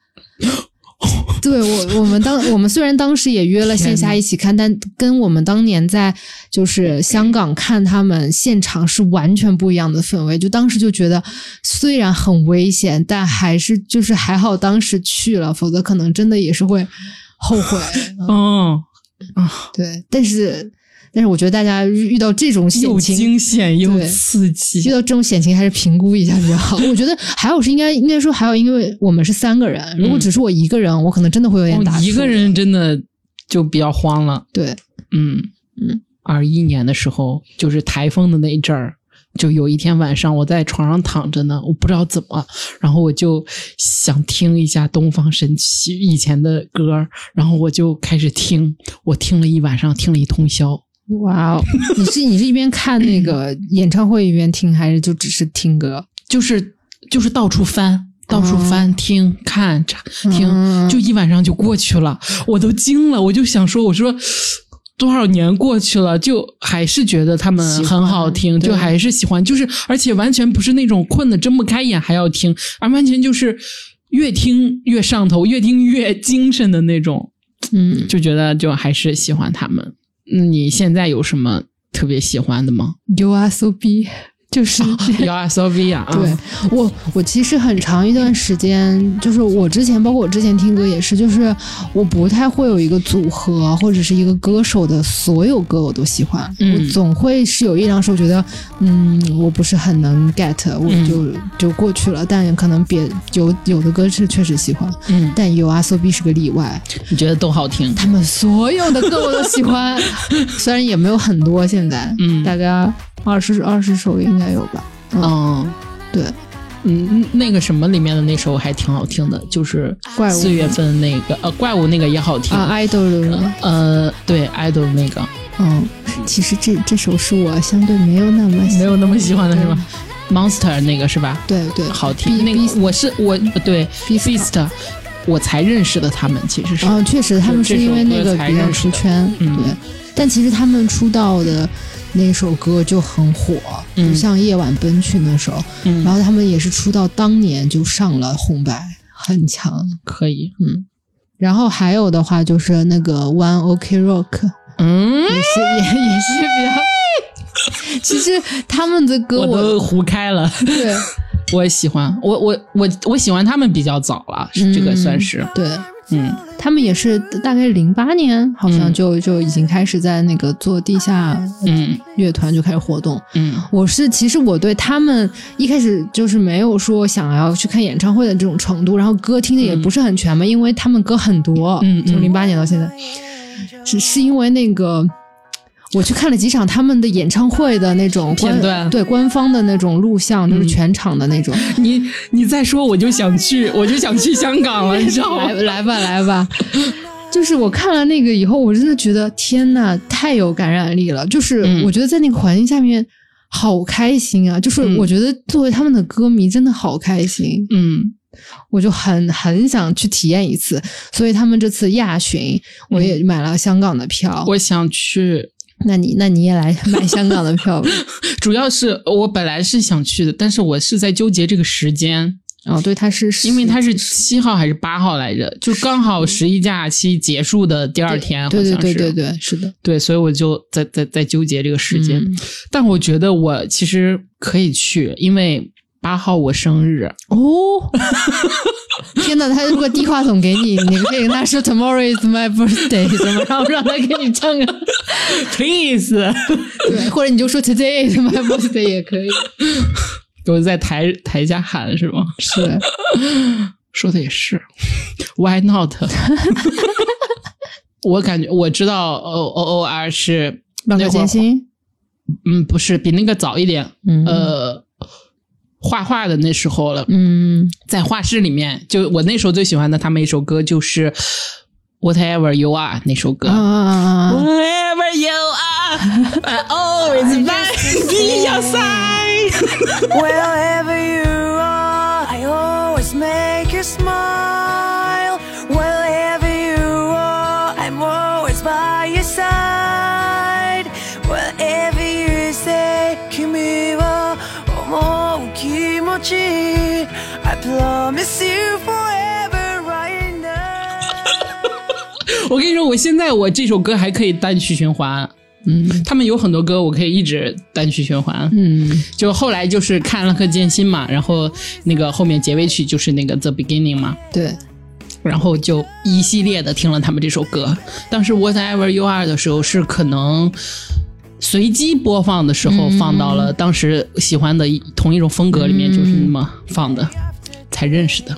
S2: 对我，我们当我们虽然当时也约了线
S1: 天
S2: 下
S1: 哪
S2: 一起看，但跟我们当年在就是香港看他们现场是完全不一样的氛围。就当时就觉得，虽然很危险，但还是就是还好当时去了，否则可能真的也是会后 悔。
S1: 嗯，
S2: 对，但是但是我觉得大家遇遇到这种险
S1: 又
S2: 情。
S1: 惊险又
S2: 对
S1: 刺
S2: 遇
S1: 激，
S2: 到这种险情，还是评估一下比较好。我觉得还有是应该应该说还有，因为我们是三个人，如果
S1: 嗯
S2: 只是我一个人，我可能真的会有点打
S1: 哦
S2: 怵。
S1: 一个人真的就比较慌了。
S2: 对，
S1: 嗯
S2: 嗯，
S1: 二一年的时候，就是台风的那一阵儿，就有一天晚上我在床上躺着呢，我不知道怎么，然后我就想听一下东方神起以前的歌儿，然后我就开始听，我听了一晚上，听了一通宵，
S2: 哇哦，你是你是一边看那个 演唱会一边听，还是就只是听歌？
S1: 就是就是到处翻。到处翻、听、看、查、听，
S2: 哦嗯
S1: 就一晚上就过去了，我都惊了，我就想说，我说多少年过去了，就还是觉得他们
S2: 喜欢
S1: 很好听，
S2: 对
S1: 就还是喜欢，就是而且完全不是那种困的睁不开眼还要听，而完全就是越听越上头，越听越精神的那种，
S2: 嗯，
S1: 就觉得就还是喜欢他们。那你现在有什么特别喜欢的 吗
S2: You are so b 就是。
S1: ？U S O V 哦啊，
S2: 对我，我其实很长一段时间，就是我之前，包括我之前听歌也是，就是我不太会有一个组合或者是一个歌手的所有歌我都喜欢，
S1: 嗯
S2: 我总会是有一两首觉得，嗯，我不是很能 get，我就、
S1: 嗯
S2: 就过去了，但可能别有有的歌是确实喜欢，
S1: 嗯，
S2: 但 You are so b 是个例外，
S1: 你觉得都好听？
S2: 他们所有的歌我都喜欢，虽然也没有很多，现在、
S1: 嗯
S2: 大概二十二十首应该有吧。
S1: 嗯，
S2: 对，
S1: 嗯，那个什么里面的那首还挺好听的，就是
S2: 怪物
S1: 四月份那个呃怪物那个也好听，
S2: 啊，idol 的歌
S1: 呃对 idol 那个
S2: 嗯，其实这这首是我相对没有那么喜
S1: 没有那么喜欢的是吧？Monster 那个是吧？
S2: 对对
S1: 好听，
S2: Be-
S1: 那个我是我对
S2: Beast
S1: Beast，我才认识的他们其实是
S2: 嗯，确实他们是因为那个比较出圈，
S1: 这首歌才认识的
S2: 对。但其实他们出道的那首歌就很火，
S1: 嗯
S2: 就像《夜晚奔去》那首，
S1: 嗯
S2: 然后他们也是出道当年就上了红白，很强。
S1: 可以，
S2: 然后还有的话就是那个 One OK Rock，
S1: 嗯，
S2: 也是也 也是比较，其实他们的歌
S1: 我
S2: 我
S1: 都胡开了，
S2: 对
S1: 我也喜欢，我我我我喜欢他们比较早了，是这个
S2: 嗯
S1: 算是
S2: 对，
S1: 嗯
S2: 他们也是大概零八年好像
S1: 嗯
S2: 就、就已经开始在那个做地下
S1: 嗯
S2: 乐团就开始活动。
S1: 嗯
S2: 我是其实我对他们一开始就是没有说想要去看演唱会的这种程度，然后歌听的也不是很全嘛，因为他们歌很多，
S1: 嗯嗯
S2: 从零八年到现在，是是因为那个。我去看了几场他们的演唱会的那种官
S1: 片段嗯
S2: 对官方的那种录像，就是全场的那种。
S1: 你你再说我就想去，我就想去香港了，你知道吗
S2: 来？来吧，来吧。就是我看了那个以后，我真的觉得天呐，太有感染力了。就是
S1: 嗯
S2: 我觉得在那个环境下面，好开心啊！就是
S1: 嗯
S2: 我觉得作为他们的歌迷，真的好开心。
S1: 嗯
S2: 我就很很想去体验一次，所以他们这次亚巡，我也买了香港的票。
S1: 嗯我想去，
S2: 那你那你也来买香港的票吧？
S1: 主要是我本来是想去的，但是我是在纠结这个时间，
S2: 哦，对，他是
S1: 因为它是七号还是八号来着，就刚好十一假期结束的第二天，
S2: 对
S1: 好
S2: 对
S1: 像
S2: 对
S1: 是
S2: 对对，是的，
S1: 对，所以我就在在在纠结这个时间。
S2: 嗯
S1: 但我觉得我其实可以去，因为八号我生日，
S2: 哦，天哪！他如果递话筒 给你，你可以跟他说 “Tomorrow is my birthday”，什么，然后让他给你唱个
S1: please，
S2: 对，或者你就说 “Today is my birthday” 也可以。
S1: 给我在台台下喊是吗？
S2: 是，
S1: 说的也是，Why not？我感觉我知道 O O O R 是
S2: 浪
S1: 那会
S2: 客
S1: 儿
S2: 剑心，
S1: 嗯，不是比那个早一点，
S2: 嗯
S1: 呃，画画的那时候了，
S2: 嗯
S1: 在画室里面，就我那时候最喜欢的他们一首歌就是《Whatever You Are》那首歌。
S2: 啊啊啊啊！
S1: Wherever you are, 呃 I always might be your side。
S3: Wherever you are, I always make you smile. Wherever you are, I'm always by your side. Wherever you say, 君は思う気持ち I promise you forever right now.
S1: 我跟你说，我现在我这首歌还可以单曲循环。
S2: 嗯
S1: 他们有很多歌我可以一直单曲循环。
S2: 嗯
S1: 就后来就是看《浪客剑心》嘛，然后那个后面结尾曲就是那个《The Beginning》嘛，
S2: 对，
S1: 然后就一系列的听了他们这首歌。当时《Whatever You Are》的时候是可能随机播放的时候
S2: 嗯
S1: 放到了当时喜欢的一同一种风格里面，就是那么放的，才认识的。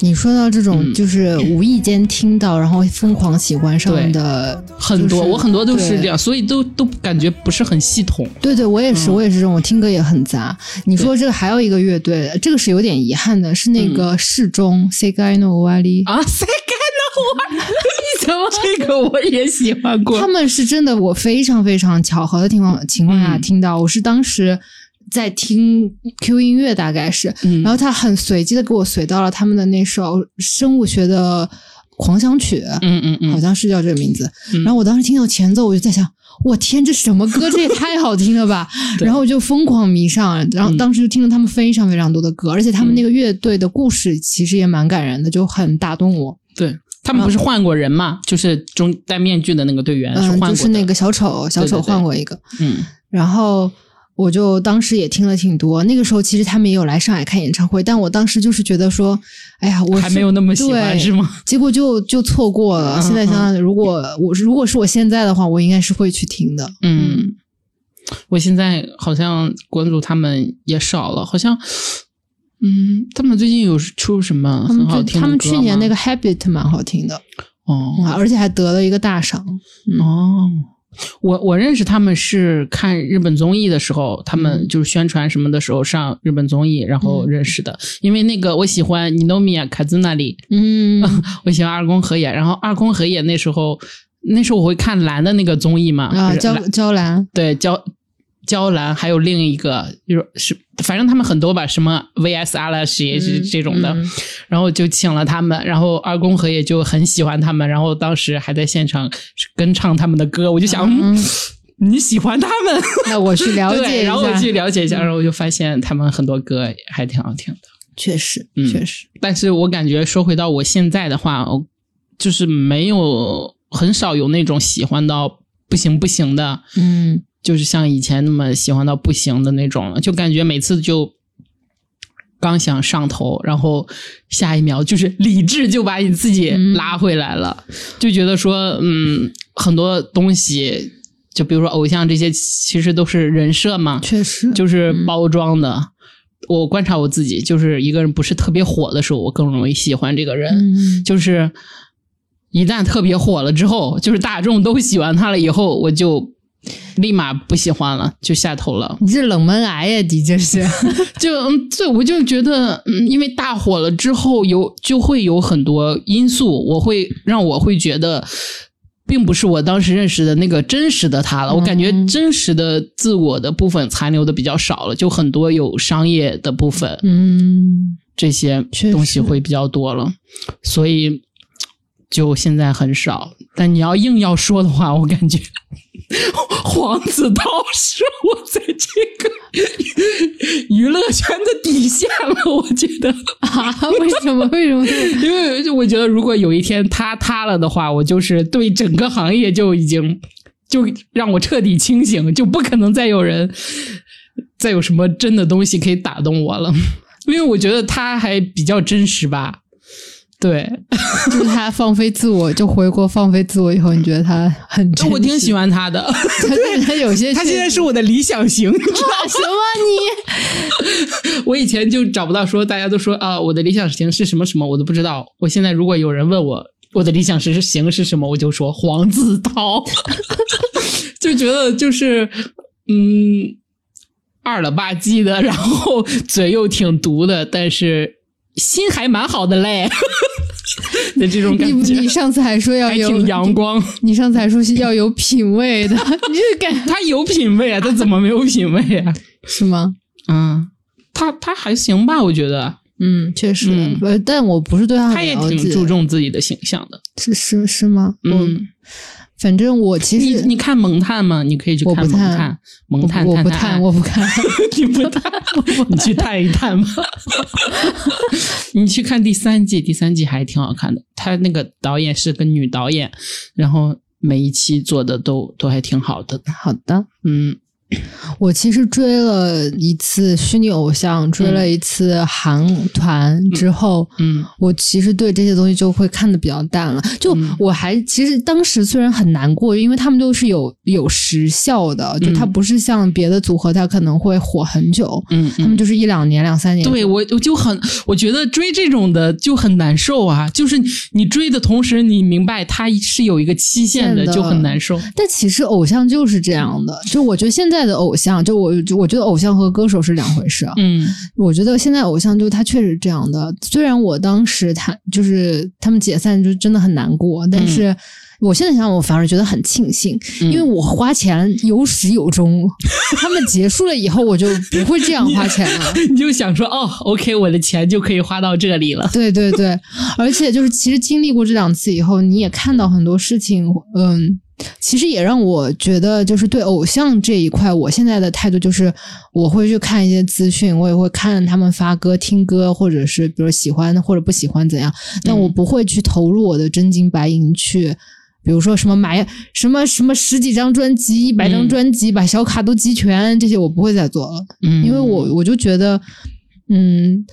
S2: 你说到这种
S1: 嗯
S2: 就是无意间听到，然后疯狂喜欢上的，
S1: 很多、
S2: 就是
S1: 我很多都是
S2: 对
S1: 这样，所以都都感觉不是很系统。
S2: 对对，我也
S1: 嗯
S2: 是，我也是这种，我听歌也很杂。你说这个还有一个乐队，这个是有点遗憾的，是那
S1: 嗯
S2: 个适中 s e g a i no Wali。
S1: 啊， 谁干的我？你怎么这个我也喜欢过
S2: 他？们是真的，我非常非常巧合的情况情况下
S1: 嗯
S2: 听到，我是当时在听 Q 音乐，大概是，
S1: 嗯
S2: 然后他很随机的给我随到了他们的那首生物学的狂想曲，
S1: 嗯嗯
S2: 好
S1: 嗯，
S2: 像是叫这个名字。
S1: 嗯
S2: 然后我当时听到前奏，我就在想，我天，这什么歌？这也太好听了吧！
S1: 对嗯
S2: 然后我就疯狂迷上，然后当时就听了他们非常非常多的歌，而且他们那个乐队的故事其实也蛮感人的，就很打动我。
S1: 对他们不是换过人嘛？就是中戴面具的那个队员哎是换，
S2: 嗯
S1: 过的，
S2: 就是那个小丑，小
S1: 对
S2: 丑
S1: 对对
S2: 换过一个，
S1: 嗯
S2: 然后。我就当时也听了挺多，那个时候其实他们也有来上海看演唱会，但我当时就是觉得说，哎呀，我
S1: 还
S2: 是
S1: 没有那么喜欢
S2: 对
S1: 是吗？
S2: 结果就就错过了。
S1: 嗯
S2: 现在想想，如果我如果是我现在的话，我应该是会去听的。
S1: 嗯，我现在好像关注他们也少了，好像嗯，他们最近有出什么
S2: 他们
S1: 嗯很好
S2: 最
S1: 听的
S2: 他们
S1: 歌
S2: 去年
S1: 吗
S2: 那个 Habit 蛮好听的，
S1: 哦
S2: 哇，而且还得了一个 大赏。
S1: 哦。我我认识他们是看日本综艺的时候，他们就是宣传什么的时候上日本综艺，然后
S2: 嗯
S1: 认识的。因为那个我喜欢尼诺米亚卡兹那里，
S2: 嗯
S1: 我喜欢二宫和也，然后二宫和也那时候，那时候我会看蓝的那个综艺嘛，
S2: 啊，
S1: 就是
S2: 娇
S1: 蓝
S2: 娇兰，
S1: 对娇娇兰，还有另一个就是是反正他们很多吧，什么 VS 阿拉什也是
S2: 嗯
S1: 这种的，
S2: 嗯
S1: 然后就请了他们，然后二宫和也就很喜欢他们，然后当时还在现场跟唱他们的歌，我就想。嗯你喜欢他们，
S2: 那我去了
S1: 对
S2: 解一
S1: 然后我去
S2: 下。
S1: 了解一下，然后我就发现他们很多歌还挺好听的。
S2: 确实
S1: 嗯，
S2: 确实，
S1: 但是我感觉说回到我现在的话，我就是没有很少有那种喜欢到不行不行的，
S2: 嗯
S1: 就是像以前那么喜欢到不行的那种了，就感觉每次就刚想上头，然后下一秒就是理智就把你自己
S2: 嗯
S1: 拉回来了，就觉得说，嗯，很多东西，就比如说偶像这些，其实都是人设嘛，
S2: 确嗯实，
S1: 就是包装的。我观察我自己，就是一个人不是特别火的时候，我更容易喜欢这个人。
S2: 嗯
S1: 就是一旦特别火了之后，就是大众都喜欢他了以后，我就立马不喜欢了，就下头了。
S2: 你这冷门癌呀，你这是
S1: 就嗯，对，我就觉得，嗯，因为大火了之后有就会有很多因素，我会让我会觉得，并不是我当时认识的那个真实的他了。我感觉
S2: 嗯
S1: 真实的自我的部分残留的比较少了，就很多有商业的部分，
S2: 嗯，
S1: 这些
S2: 确
S1: 东
S2: 实
S1: 西会比较多了，所以就现在很少。但你要硬要说的话，我感觉 黄子韬是我在这个娱乐圈的底线了。我觉得，
S2: 啊， 为什么？为什么？
S1: 因为我觉得如果有一天他塌了的话，我就是对整个行业就已经就让我彻底清醒，就不可能再有人再有什么真的东西可以打动我了。因为我觉得他还比较真实吧。对，
S2: 就是他放飞自我，就回国放飞自我以后，你觉得他很真
S1: 就
S2: 实？
S1: 我挺喜欢他的，哦
S2: 他，他有些
S1: 他现在
S2: 是
S1: 是我的理想 型。
S2: 哇什么
S1: 我以前就找不到说，大家都说啊、我的理想型是什么什么，我都不知道。我现在如果有人问我我的理想是型是什么，我就说黄子韬， 就觉得就是嗯，二了吧唧的，然后嘴又挺毒的，但是心还蛮好的嘞 的这种
S2: 你？
S1: 感
S2: 你
S1: 觉
S2: 你，上次还说要
S1: 还
S2: 有
S1: 挺阳光。
S2: 你上次还说是要有品味的， 你这感
S1: 他有品味啊，他怎么没有品味啊？
S2: 是吗？
S1: 嗯，他他还行吧，我觉得
S2: 嗯，确实，
S1: 嗯
S2: 呃，但我不是对他
S1: 他
S2: 很
S1: 也
S2: 了
S1: 挺
S2: 解
S1: 注重自己的形象的。
S2: 是是是吗？我
S1: 嗯，
S2: 反正我其
S1: 你
S2: 实
S1: 你看蒙探吗？你可以去
S2: 我
S1: 看
S2: 不
S1: 蒙
S2: 探
S1: 探，蒙探
S2: 我
S1: 探
S2: 不
S1: 探
S2: 看，
S1: 案
S2: 我不看，
S1: 你不探，你去探一探吧。 你去看第三季，第三季还挺好看的。他那个导演是个女导演，然后每一期做的都都还挺好的。
S2: 好的，
S1: 嗯
S2: 我其实追了一次虚拟偶像，追了一次韩团之后，
S1: 嗯
S2: 我其实对这些东西就会看得比较淡了。就
S1: 嗯
S2: 我还其实当时虽然很难过，因为他们都是有有时效的，就它
S1: 嗯
S2: 不是像别的组合，它可能会火很久，
S1: 嗯
S2: 他们
S1: 嗯，
S2: 就是一两年、两三年。
S1: 对我我就很，我觉得追这种的就很难受啊。就是你追的同时，你明白它是有一个期限的，
S2: 限的
S1: 就很难受。
S2: 但其实偶像就是这样的，就我觉得现在的偶像，就我就我觉得偶像和歌手是两回事。啊
S1: 嗯
S2: 我觉得现在偶像就他确实这样的，虽然我当时他就是他们解散就真的很难过，但是我现在想想，我反而觉得很庆幸，因为我花钱有始有终。他们结束了以后，我就不会这样花钱了。
S1: 你就想说，哦，OK，我的钱就可以花到这里了。
S2: 对对对，而且就是其实经历过这两次以后，你也看到很多事情，嗯，其实也让我觉得就是对偶像这一块，我现在的态度就是我会去看一些资讯，我也会看他们发歌、听歌，或者是比如喜欢或者不喜欢怎样，但
S1: 嗯
S2: 我不会去投入我的真金白银去。比如说什么买什么什么十几张专辑、一百张
S1: 嗯
S2: 专辑，把小卡都集全，这些我不会再做了，
S1: 嗯
S2: 因为我我就觉得，嗯，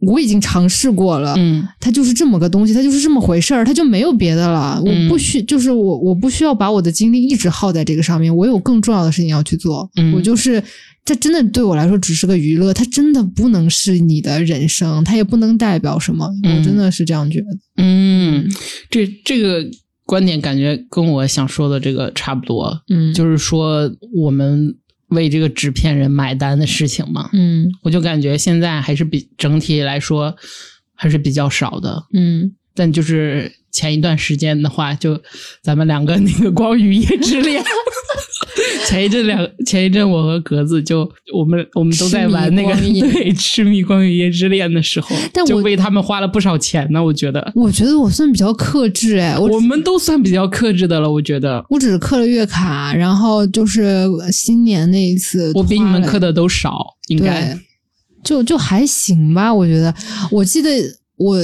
S2: 我已经尝试过了，
S1: 嗯
S2: 它就是这么个东西，它就是这么回事儿，它就没有别的了。
S1: 嗯
S2: 我不需，就是我我不需要把我的精力一直耗在这个上面，我有更重要的事情要去做。
S1: 嗯
S2: 我就是，这真的对我来说只是个娱乐，它真的不能是你的人生，它也不能代表什么。
S1: 嗯
S2: 我真的是这样觉得。
S1: 嗯，这这个观点感觉跟我想说的这个差不多，
S2: 嗯，
S1: 就是说我们为这个制片人买单的事情嘛，
S2: 嗯
S1: 我就感觉现在还是比整体来说还是比较少的，
S2: 嗯，
S1: 但就是前一段时间的话，就咱们两个那个光与夜之 恋。前一阵两前一阵，我和格子就我们我们都在玩那个
S2: 痴迷光与夜
S1: 对痴迷《光与夜之恋》的时候，
S2: 但我
S1: 就为他们花了不少钱呢。我觉得
S2: 我觉得我算比较克制哎，我
S1: 我们都算比较克制的了。我觉得
S2: 我只是刻了月卡，然后就是新年那一次花了，
S1: 我比你们刻的都少，应该
S2: 对，就就还行吧，我觉得。我记得我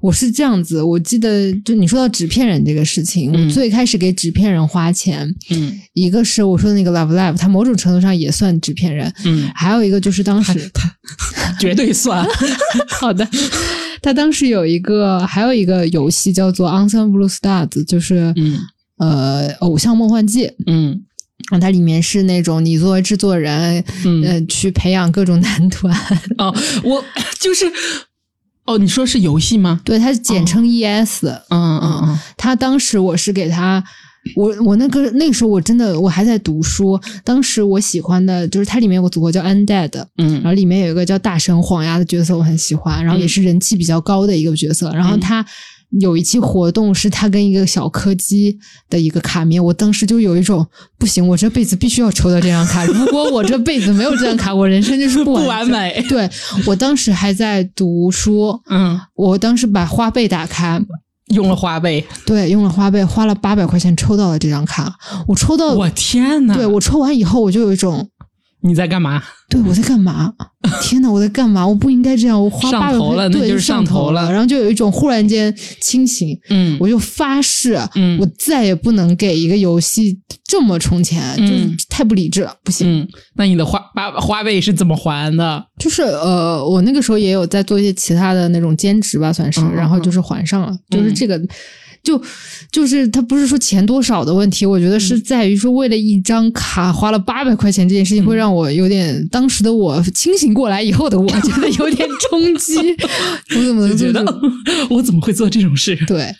S2: 我是这样子，我记得就你说到纸片人这个事情，
S1: 嗯
S2: 我最开始给纸片人花钱，
S1: 嗯
S2: 一个是我说的那个 Love Live，它某种程度上也算纸片人，
S1: 嗯，
S2: 还有一个就是当时
S1: 绝对 算
S2: 好的，他当时有一个还有一个游戏叫做 Ensemble Stars，就是
S1: 嗯
S2: 呃偶像梦幻季，
S1: 嗯
S2: 然后它里面是那种你作为制作人，
S1: 嗯
S2: 呃，去培养各种男团。
S1: 哦，我就是哦，你说是游戏吗？
S2: 对，它
S1: 哦
S2: 简称 E ES、
S1: 嗯嗯嗯
S2: 他当时我是给他，我我那个那个时候我真的我还在读书，当时我喜欢的就是它里面有个组合叫 Undead，
S1: 嗯
S2: 然后里面有一个叫大神黄鸭的角色我很喜欢，然后也是人气比较高的一个角色，然
S1: 嗯
S2: 后他。有一期活动是他跟一个小柯基的一个卡面，我当时就有一种不行，我这辈子必须要抽到这张 卡。如果我这辈子没有这张卡，我人生就是
S1: 不
S2: 不完
S1: 完
S2: 整。
S1: 美，
S2: 对我当时还在读书，
S1: 嗯。
S2: 我当时把花呗打开，
S1: 用了花呗，
S2: 对，用了花呗，花了哦八百块钱抽到了这张卡。我抽到，
S1: 我天呐！
S2: 对我抽完以后，我就有一种
S1: 你在干嘛？
S2: 对我在干嘛？ 天哪，我在干嘛？我不应该这样，我花
S1: 上
S2: 八百
S1: 头了
S2: 块，
S1: 那
S2: 对，
S1: 就是上
S2: 上
S1: 头
S2: 头
S1: 了
S2: 然后就有一种忽然间清醒，
S1: 嗯，
S2: 我就发誓，
S1: 嗯
S2: 我再也不能给一个游戏这么充钱，
S1: 嗯
S2: 就是太不理智了，不行。
S1: 嗯，那你的花花花呗是怎么还的？
S2: 就是呃，我那个时候也有在做一些其他的那种兼职吧，算是，
S1: 嗯嗯嗯
S2: 然后就是还上了，就是这个。就就是它不是说钱多少的问题，我觉得
S1: 嗯
S2: 是在于说为了一张卡花了八百块钱这件事情，
S1: 嗯
S2: 会让我有点当时的我清醒过来以后的我觉得有点 冲击，我怎么能
S1: 就觉
S2: 做
S1: 得哦
S2: 出？
S1: 我怎么会做这种事？
S2: 对，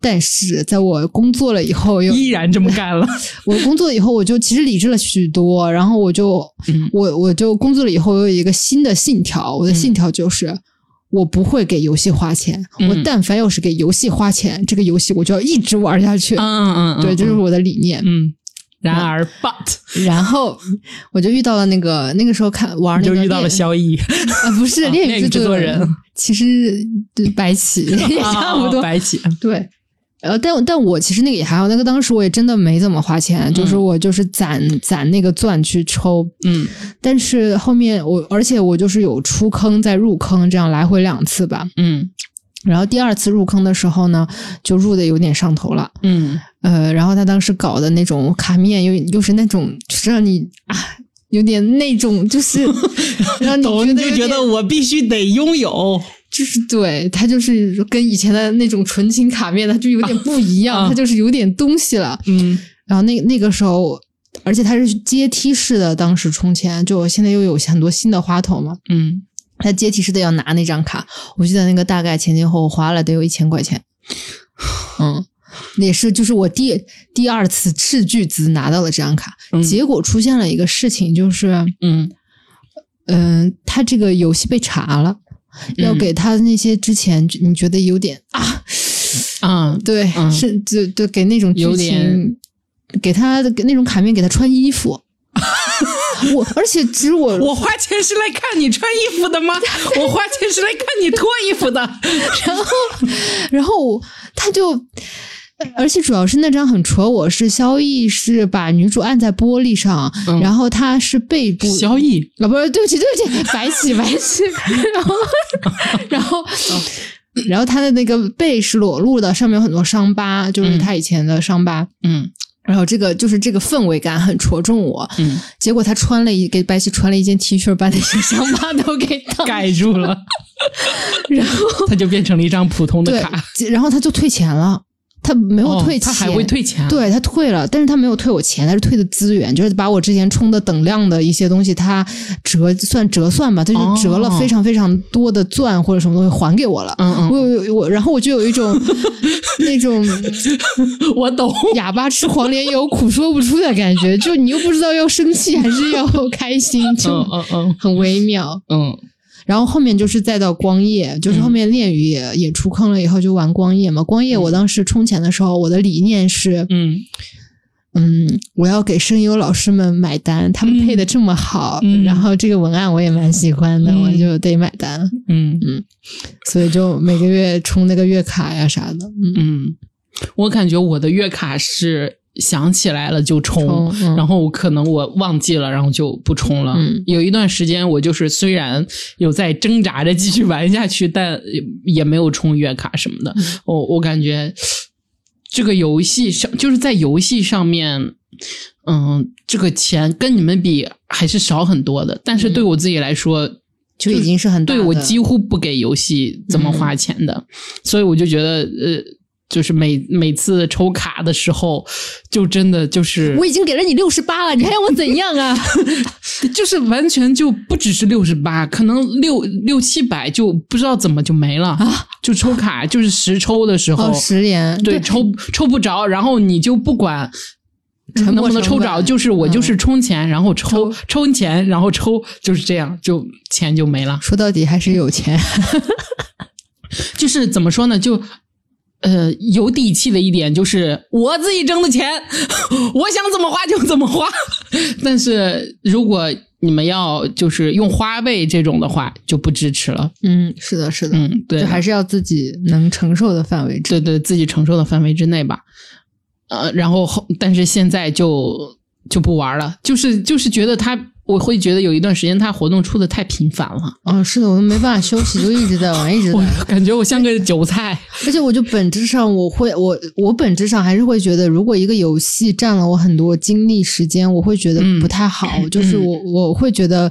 S2: 但是在我工作了以后又
S1: 依然这么干了。
S2: 我工作以后，我就其实理智了许多，然后我就，
S1: 嗯
S2: 我我就工作了以后，我有一个新的信条，我的
S1: 嗯
S2: 信条就是。我不会给游戏花钱，
S1: 嗯
S2: 我但凡要是给游戏花钱，这个游戏我就要一直玩下去。
S1: 嗯嗯，
S2: 对，这是我的理念。
S1: 嗯。然而，but
S2: 然后我就遇到了那个那个时候看玩
S1: 你
S2: 那
S1: 就
S2: 个
S1: 遇到了
S2: 恋
S1: 萧逸，
S2: 啊，不是
S1: 啊
S2: 恋
S1: 恋
S2: 与
S1: 与制
S2: 作
S1: 作人，
S2: 其实对白起 也 差不
S1: 啊
S2: 多。
S1: 白起，
S2: 对，呃，但但我其实那个也还好，那个当时我也真的没怎么花钱，就是
S1: 嗯
S2: 我就是攒攒那个钻去抽，
S1: 嗯
S2: 但是后面我而且我就是有出坑再入坑，这样来回两次吧。
S1: 嗯
S2: 然后第二次入坑的时候呢，就入的有点上头了，
S1: 嗯
S2: 呃，然后他当时搞的那种卡面又又是那种就是让你啊。有点那种，就是 让你
S1: 懂
S2: 觉
S1: 哦你
S2: 得有
S1: 就觉
S2: 点
S1: 得我必须得拥有，
S2: 就是对它就是跟以前的那种纯情卡面，它就有点不一样，
S1: 啊
S2: 它就是有点东西了。
S1: 嗯
S2: 然后那那个时候，而且它是阶梯式的，当时充钱，就现在又有很多新的花头嘛，
S1: 嗯，
S2: 它阶梯式的要拿那张卡，我记得那个大概前前后后花了得有一千 块钱，嗯。也是，就是我第第二次斥巨资拿到了这张卡，
S1: 嗯
S2: 结果出现了一个事情，就是，
S1: 嗯
S2: 嗯，他这个游戏被查了，要
S1: 嗯
S2: 给他那些之前你觉得有点啊，
S1: 啊，
S2: 对，
S1: 嗯
S2: 是就就给那种剧
S1: 有
S2: 情
S1: 点，
S2: 给他给那种卡面给他穿 衣服。我而且其实我
S1: 我花钱是来看你穿衣服的 吗？我花钱是来看你脱衣服的。
S2: 然后他就。而且主要是那张很戳我，是萧逸是把女主按在玻璃上，
S1: 嗯
S2: 然后他是背部
S1: 萧逸，
S2: 啊，不是，对不起，对不起，白起，白 起。然后，然后，然后他的那个背是裸露的，上面有很多伤疤，就是
S1: 嗯
S2: 他以前的伤疤。
S1: 嗯
S2: 然后这个就是这个氛围感很戳中我。
S1: 嗯，
S2: 结果他穿了一给白起穿了一件 T 恤，把那些 伤疤都给挡
S1: 盖住了，
S2: 然后
S1: 他就变成了一张普通的
S2: 对
S1: 卡。，
S2: 然后他就退钱了，他没有退
S1: 哦
S2: 钱，
S1: 他还会。退钱。，
S2: 对他退了，但是他没有退我钱，他是退的资源，就是把我之前充的等量的一些东西，他折算折算吧，他就折了
S1: 哦
S2: 非常非常多的钻或者什么东西还给我了。
S1: 嗯
S2: 我有我，然后我就有一种那种
S1: 嗯，我懂。
S2: 哑巴吃黄连有苦说不出的感觉，就你又不知道要生气还是要开心，就
S1: 嗯嗯嗯
S2: 很微妙。
S1: 嗯
S2: 然后后面就是再到光夜，就是后面恋与也也出坑了以后就玩光夜嘛。光夜我当时充钱的时候，我的理念是，
S1: 嗯
S2: 嗯，我要给声优老师们买单，他们
S1: 嗯
S2: 配的这么好，
S1: 嗯
S2: 然后这个文案我也蛮喜欢的，
S1: 嗯
S2: 我就得买单，
S1: 嗯
S2: 所以就每个月充那个月卡呀啥的，嗯，
S1: 嗯，我感觉我的月卡是想起来了就充，
S2: 充嗯
S1: 然后我可能我忘记了，然后就不充了。
S2: 嗯
S1: 有一段时间我就是虽然有在挣扎着继续玩下去，但也没有充月卡什么的。
S2: 嗯
S1: 我、我感觉这个游戏上就是在游戏上面。嗯，这个钱跟你们比还是少很多的，但是对我自己来说，
S2: 嗯就已经是很大
S1: 对
S2: 的
S1: 我几乎不给游戏怎么花钱
S2: 嗯
S1: 的，所以我就觉得呃，就是每每次抽卡的时候，就真的就是
S2: 我已经给了你六十八了，你还要我怎样 啊？
S1: 就是完全就不只是六十八，可能六六七百就不知道怎么就没了啊！就抽卡就是实抽的时候，
S2: 哦，十连
S1: 对抽抽不着，然后你就不管。
S2: 沉
S1: 能
S2: 没
S1: 不能
S2: 成
S1: 抽着？
S2: 本
S1: 就是我
S2: 嗯
S1: 就是充钱，然后抽
S2: 抽
S1: 抽钱，然后抽，就是这样，就钱就没了。
S2: 说到底还是 有钱，
S1: 就是怎么说呢，就。呃，有底气的一点就是我自己挣的钱， 我想怎么花就怎么花。 但是如果你们要就是用花呗这种的话，就不支持了。
S2: 嗯，是的，是的，
S1: 嗯，对，
S2: 就还是要自己能承受的范围之
S1: 对
S2: 内。
S1: 对自己承受的范围之内吧。呃，然后后，但是现在就就不玩了，就是就是觉得它我会觉得有一段时间他活动出的太频繁了，
S2: 嗯、是的，我没办法休息，就一直在玩，一直在
S1: 我
S2: 玩。
S1: 感觉我像个韭菜。
S2: 而且我就本质上我会我我本质上还是会觉得，如果一个游戏占了我很多精力时间，我会觉得
S1: 嗯
S2: 不 太好。就是
S1: 嗯
S2: 我我会觉得，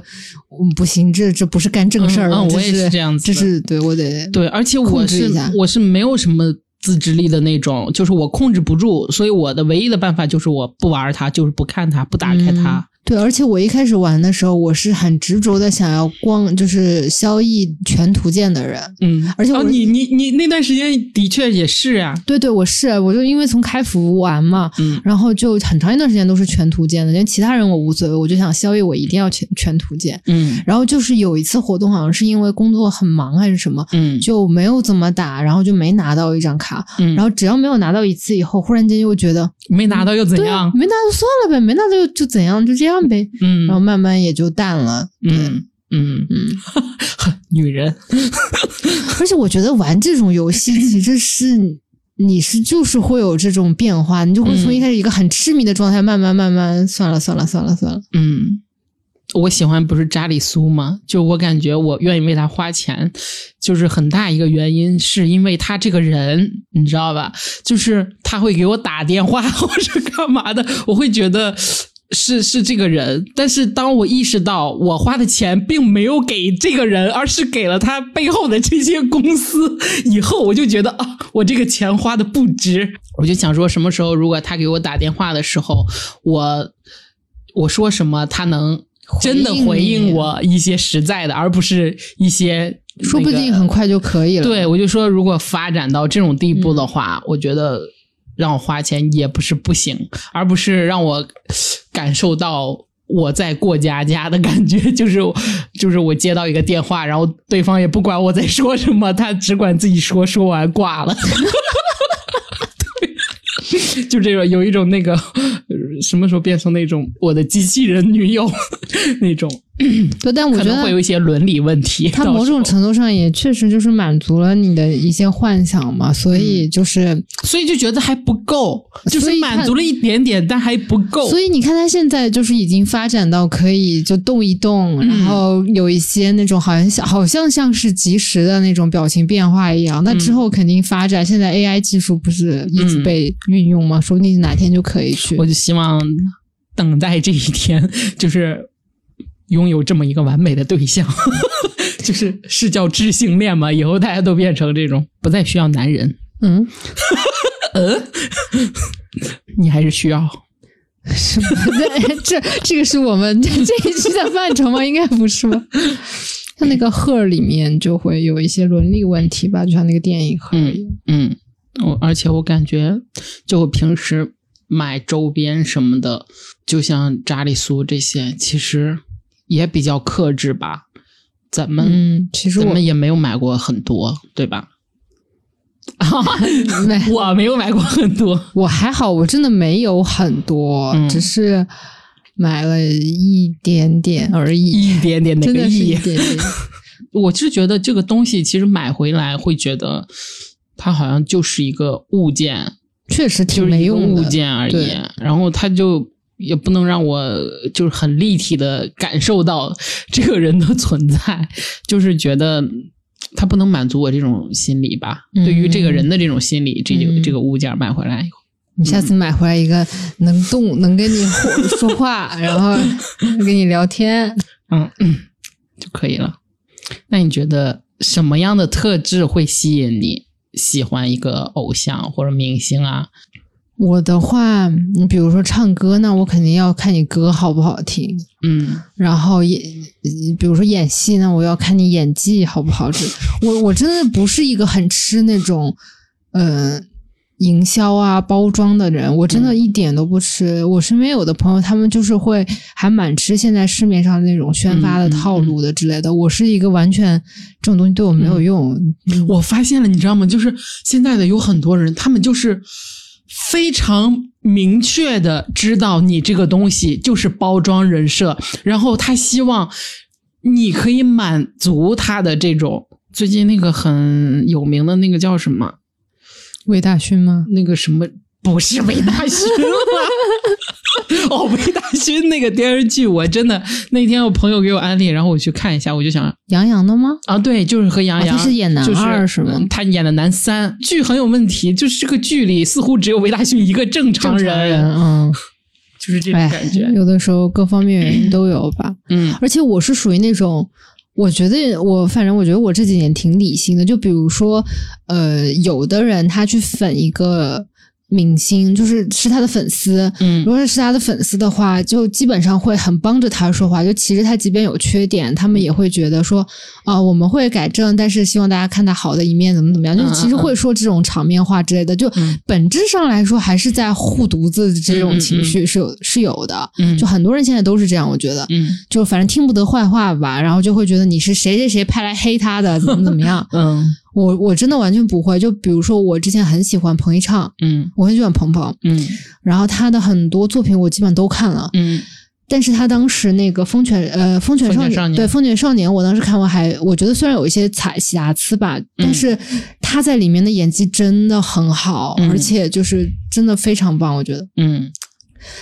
S2: 嗯，不行，这这不是干正事儿、
S1: 嗯嗯
S2: 这
S1: 我也是这样子
S2: 这
S1: 的
S2: 是对我得
S1: 对，而且我
S2: 控制
S1: 是
S2: 一下
S1: 我是没有什么自制力的那种，就是我控制不住，所以我的唯一的办法就是我不玩它，就是不看它，不打开它。
S2: 嗯对，而且我一开始玩的时候，我是很执着的想要光就是消翊全图鉴的人。
S1: 嗯，
S2: 而且我
S1: 哦、你你你那段时间的确也是啊，
S2: 对对，我是我就因为从开服玩嘛，
S1: 嗯
S2: 然后就很长一段时间都是全图鉴的，因为其他人我无所谓，我就想消翊我一定要全全图鉴。
S1: 嗯
S2: 然后就是有一次活动，好像是因为工作很忙还是什么，
S1: 嗯
S2: 就没有怎么打，然后就没拿到一张卡。
S1: 嗯，
S2: 然后只要没有拿到一次以后，忽然间又觉得
S1: 没拿到又怎
S2: 对啊
S1: 样？
S2: 没拿就算了呗，没拿就就怎样，就这样呗。
S1: 嗯
S2: 然后慢慢也就淡了。对，
S1: 嗯嗯
S2: 嗯，
S1: 女人，
S2: 而且我觉得玩这种游戏其实是。你是就是会有这种变化，你就会从
S1: 嗯
S2: 一开始一个很痴迷的状态，慢慢慢慢，算了算了算了算了，
S1: 嗯，我喜欢不是扎里苏吗？就我感觉我愿意为他花钱，就是很大一个原因是因为他这个人，你知道吧？就是他会给我打电话 或者干嘛的，我会觉得。是是这个人，但是当我意识到我花的钱并没有给这个人，而是给了他背后的这些公司以后，我就觉得啊，我这个钱花的不值。我就想说，什么时候如果他给我打电话的时候，我我说什么，他能真的回
S2: 你
S1: 应我呃一些实在的，而不是一些那个、
S2: 说不定很快就可以了。
S1: 对，我就说，如果发展到这种地步的话，我觉得让我花钱也不是不行，而不是让我感受到我在过家家的感觉， 就是就是我接到一个电话，然后对方也不管我在说什么，他只管自己说，说完挂了。 对就这种有一种那个呃什么时候变成那种我的机器人女友 那种，
S2: 对，但我
S1: 可
S2: 觉得
S1: 能会有一些伦理问题。
S2: 它
S1: 到
S2: 某
S1: 时
S2: 种
S1: 候
S2: 程度上也确实就是满足了你的一些幻想嘛，
S1: 嗯
S2: 所以就是，
S1: 所以就觉得还不够，就
S2: 所
S1: 是
S2: 以看
S1: 满足了一点点，但还不够。
S2: 所以你看它现在就是已经发展到可以就动一动，然后有一些那种好像像好像像是及时的那种表情变化一样。那之后肯定发展，现在 AI 技术不是一直
S1: 嗯
S2: 被运用吗？说不定哪天就可以去
S1: 我。就希望等待这一天， 就是拥有这么一个完美的对象， 就是是叫知性恋嘛？以后大家都变成这种，不再需要男人，
S2: 嗯，
S1: 你还是需要。
S2: 什么的？ 这这个是我们这一期的范畴吗？应该 不是吧？像那个《赫》里面就会有一些伦理问题吧，就像那个电影《赫》一样。
S1: 嗯，我而且我感觉，就我平时买周边什么的，就像扎里苏这些，其实也比较克制吧。咱们、
S2: 嗯，其实
S1: 咱
S2: 我
S1: 们也没有买过很多，对吧？
S2: 没，
S1: 我没有买过很多，
S2: 我还好，我真的没有很多，
S1: 嗯
S2: 只是买了一点点而已，
S1: 一点点那
S2: 真
S1: 个
S2: 的是
S1: 亿
S2: 一。点点。
S1: 我是觉得这个东西其实买回来会觉得它好像就是一个物件，
S2: 确实
S1: 就
S2: 挺
S1: 是
S2: 没
S1: 一个
S2: 用
S1: 物
S2: 的，
S1: 件而已
S2: 对。
S1: 然后它就也不能让我就是很立体的感受到这个人的存在，就是觉得嗯它不能满足我这种心理吧。
S2: 嗯
S1: 对于这个人的这种心理，这
S2: 嗯
S1: 个这个物件买回来以后，
S2: 你下次买回来一个能
S1: 嗯
S2: 动、能跟你互说话， 然后跟你聊天，
S1: 嗯， 就可以了。那你觉得什么样的特质会吸引你喜欢一个偶像或者明星啊？
S2: 我的话，你比如说唱歌，那我肯定要看你歌好不好听。
S1: 嗯
S2: 然后演，比如说演戏，那我要看你演技好不好。 这我我真的不是一个很吃那种，呃，营销啊、包装的人，我
S1: 嗯
S2: 真的一点都不吃。我身边有的朋友，他们就是会还蛮吃现在市面上那种宣发的
S1: 嗯嗯
S2: 套路的之类的。我是一个完全这种东西对我没
S1: 嗯
S2: 有用。
S1: 我发现了，你知道吗？就是现在的有很多人，他们就是非常明确的知道你这个东西就是包装人设，然后他希望你可以满足他的这种。最近那个很有名的那个叫什么？
S2: 魏大勋吗？
S1: 那个什么不是魏大勋了。 哦，魏大勋那个电视剧，我真的那天我朋友给我安利，然后我去看一下，我就想
S2: 杨洋的吗？
S1: 啊，对，就是和杨
S2: 哦
S1: 洋，
S2: 他是演男
S1: 就是
S2: 二是吗
S1: 嗯他演的男三，剧很有问题，就是这个剧里似乎只有魏大勋一个正常
S2: 正
S1: 人，
S2: 常人，嗯，
S1: 就是这种
S2: 哎
S1: 感觉，。
S2: 有的时候各方面原 因都有吧。
S1: 嗯
S2: 而且我是属于那种，我觉得我反正我觉得我这几年挺理性的。就比如说，呃，有的人他去粉一个明星，就是是他的粉丝。如
S1: 嗯
S2: 果是他的粉丝的话，就基本上会很帮着他说话。就其实他即便有缺点，他们也会觉得说，啊、我们会改正，但是希望大家看他好的一面，怎么怎么样。就是其实会说这种场面话之类的。就
S1: 嗯
S2: 本质上来说，还是在护犊子这种情绪是有、是有的。
S1: 嗯
S2: 就很多人现在都是这样，我觉得。
S1: 嗯。
S2: 就反正听不得坏话吧，然后就会觉得你是谁谁谁派来黑他的，怎么怎么样
S1: 嗯
S2: 我我真的完全不会。就比如说，我之前很喜欢彭昱畅，
S1: 嗯
S2: 我很喜欢鹏鹏，
S1: 嗯
S2: 然后他的很多作品我基本都看了。
S1: 嗯
S2: 但是他当时那个《风犬》呃，《风犬少
S1: 风
S2: 年》
S1: 犬少年
S2: 对《风犬少年》，我当时看完还我觉得虽然有一些瑕瑕疵吧，
S1: 嗯
S2: 但是他在里面的演技真的很好，
S1: 嗯
S2: 而且就是真的非常棒，我觉得。
S1: 嗯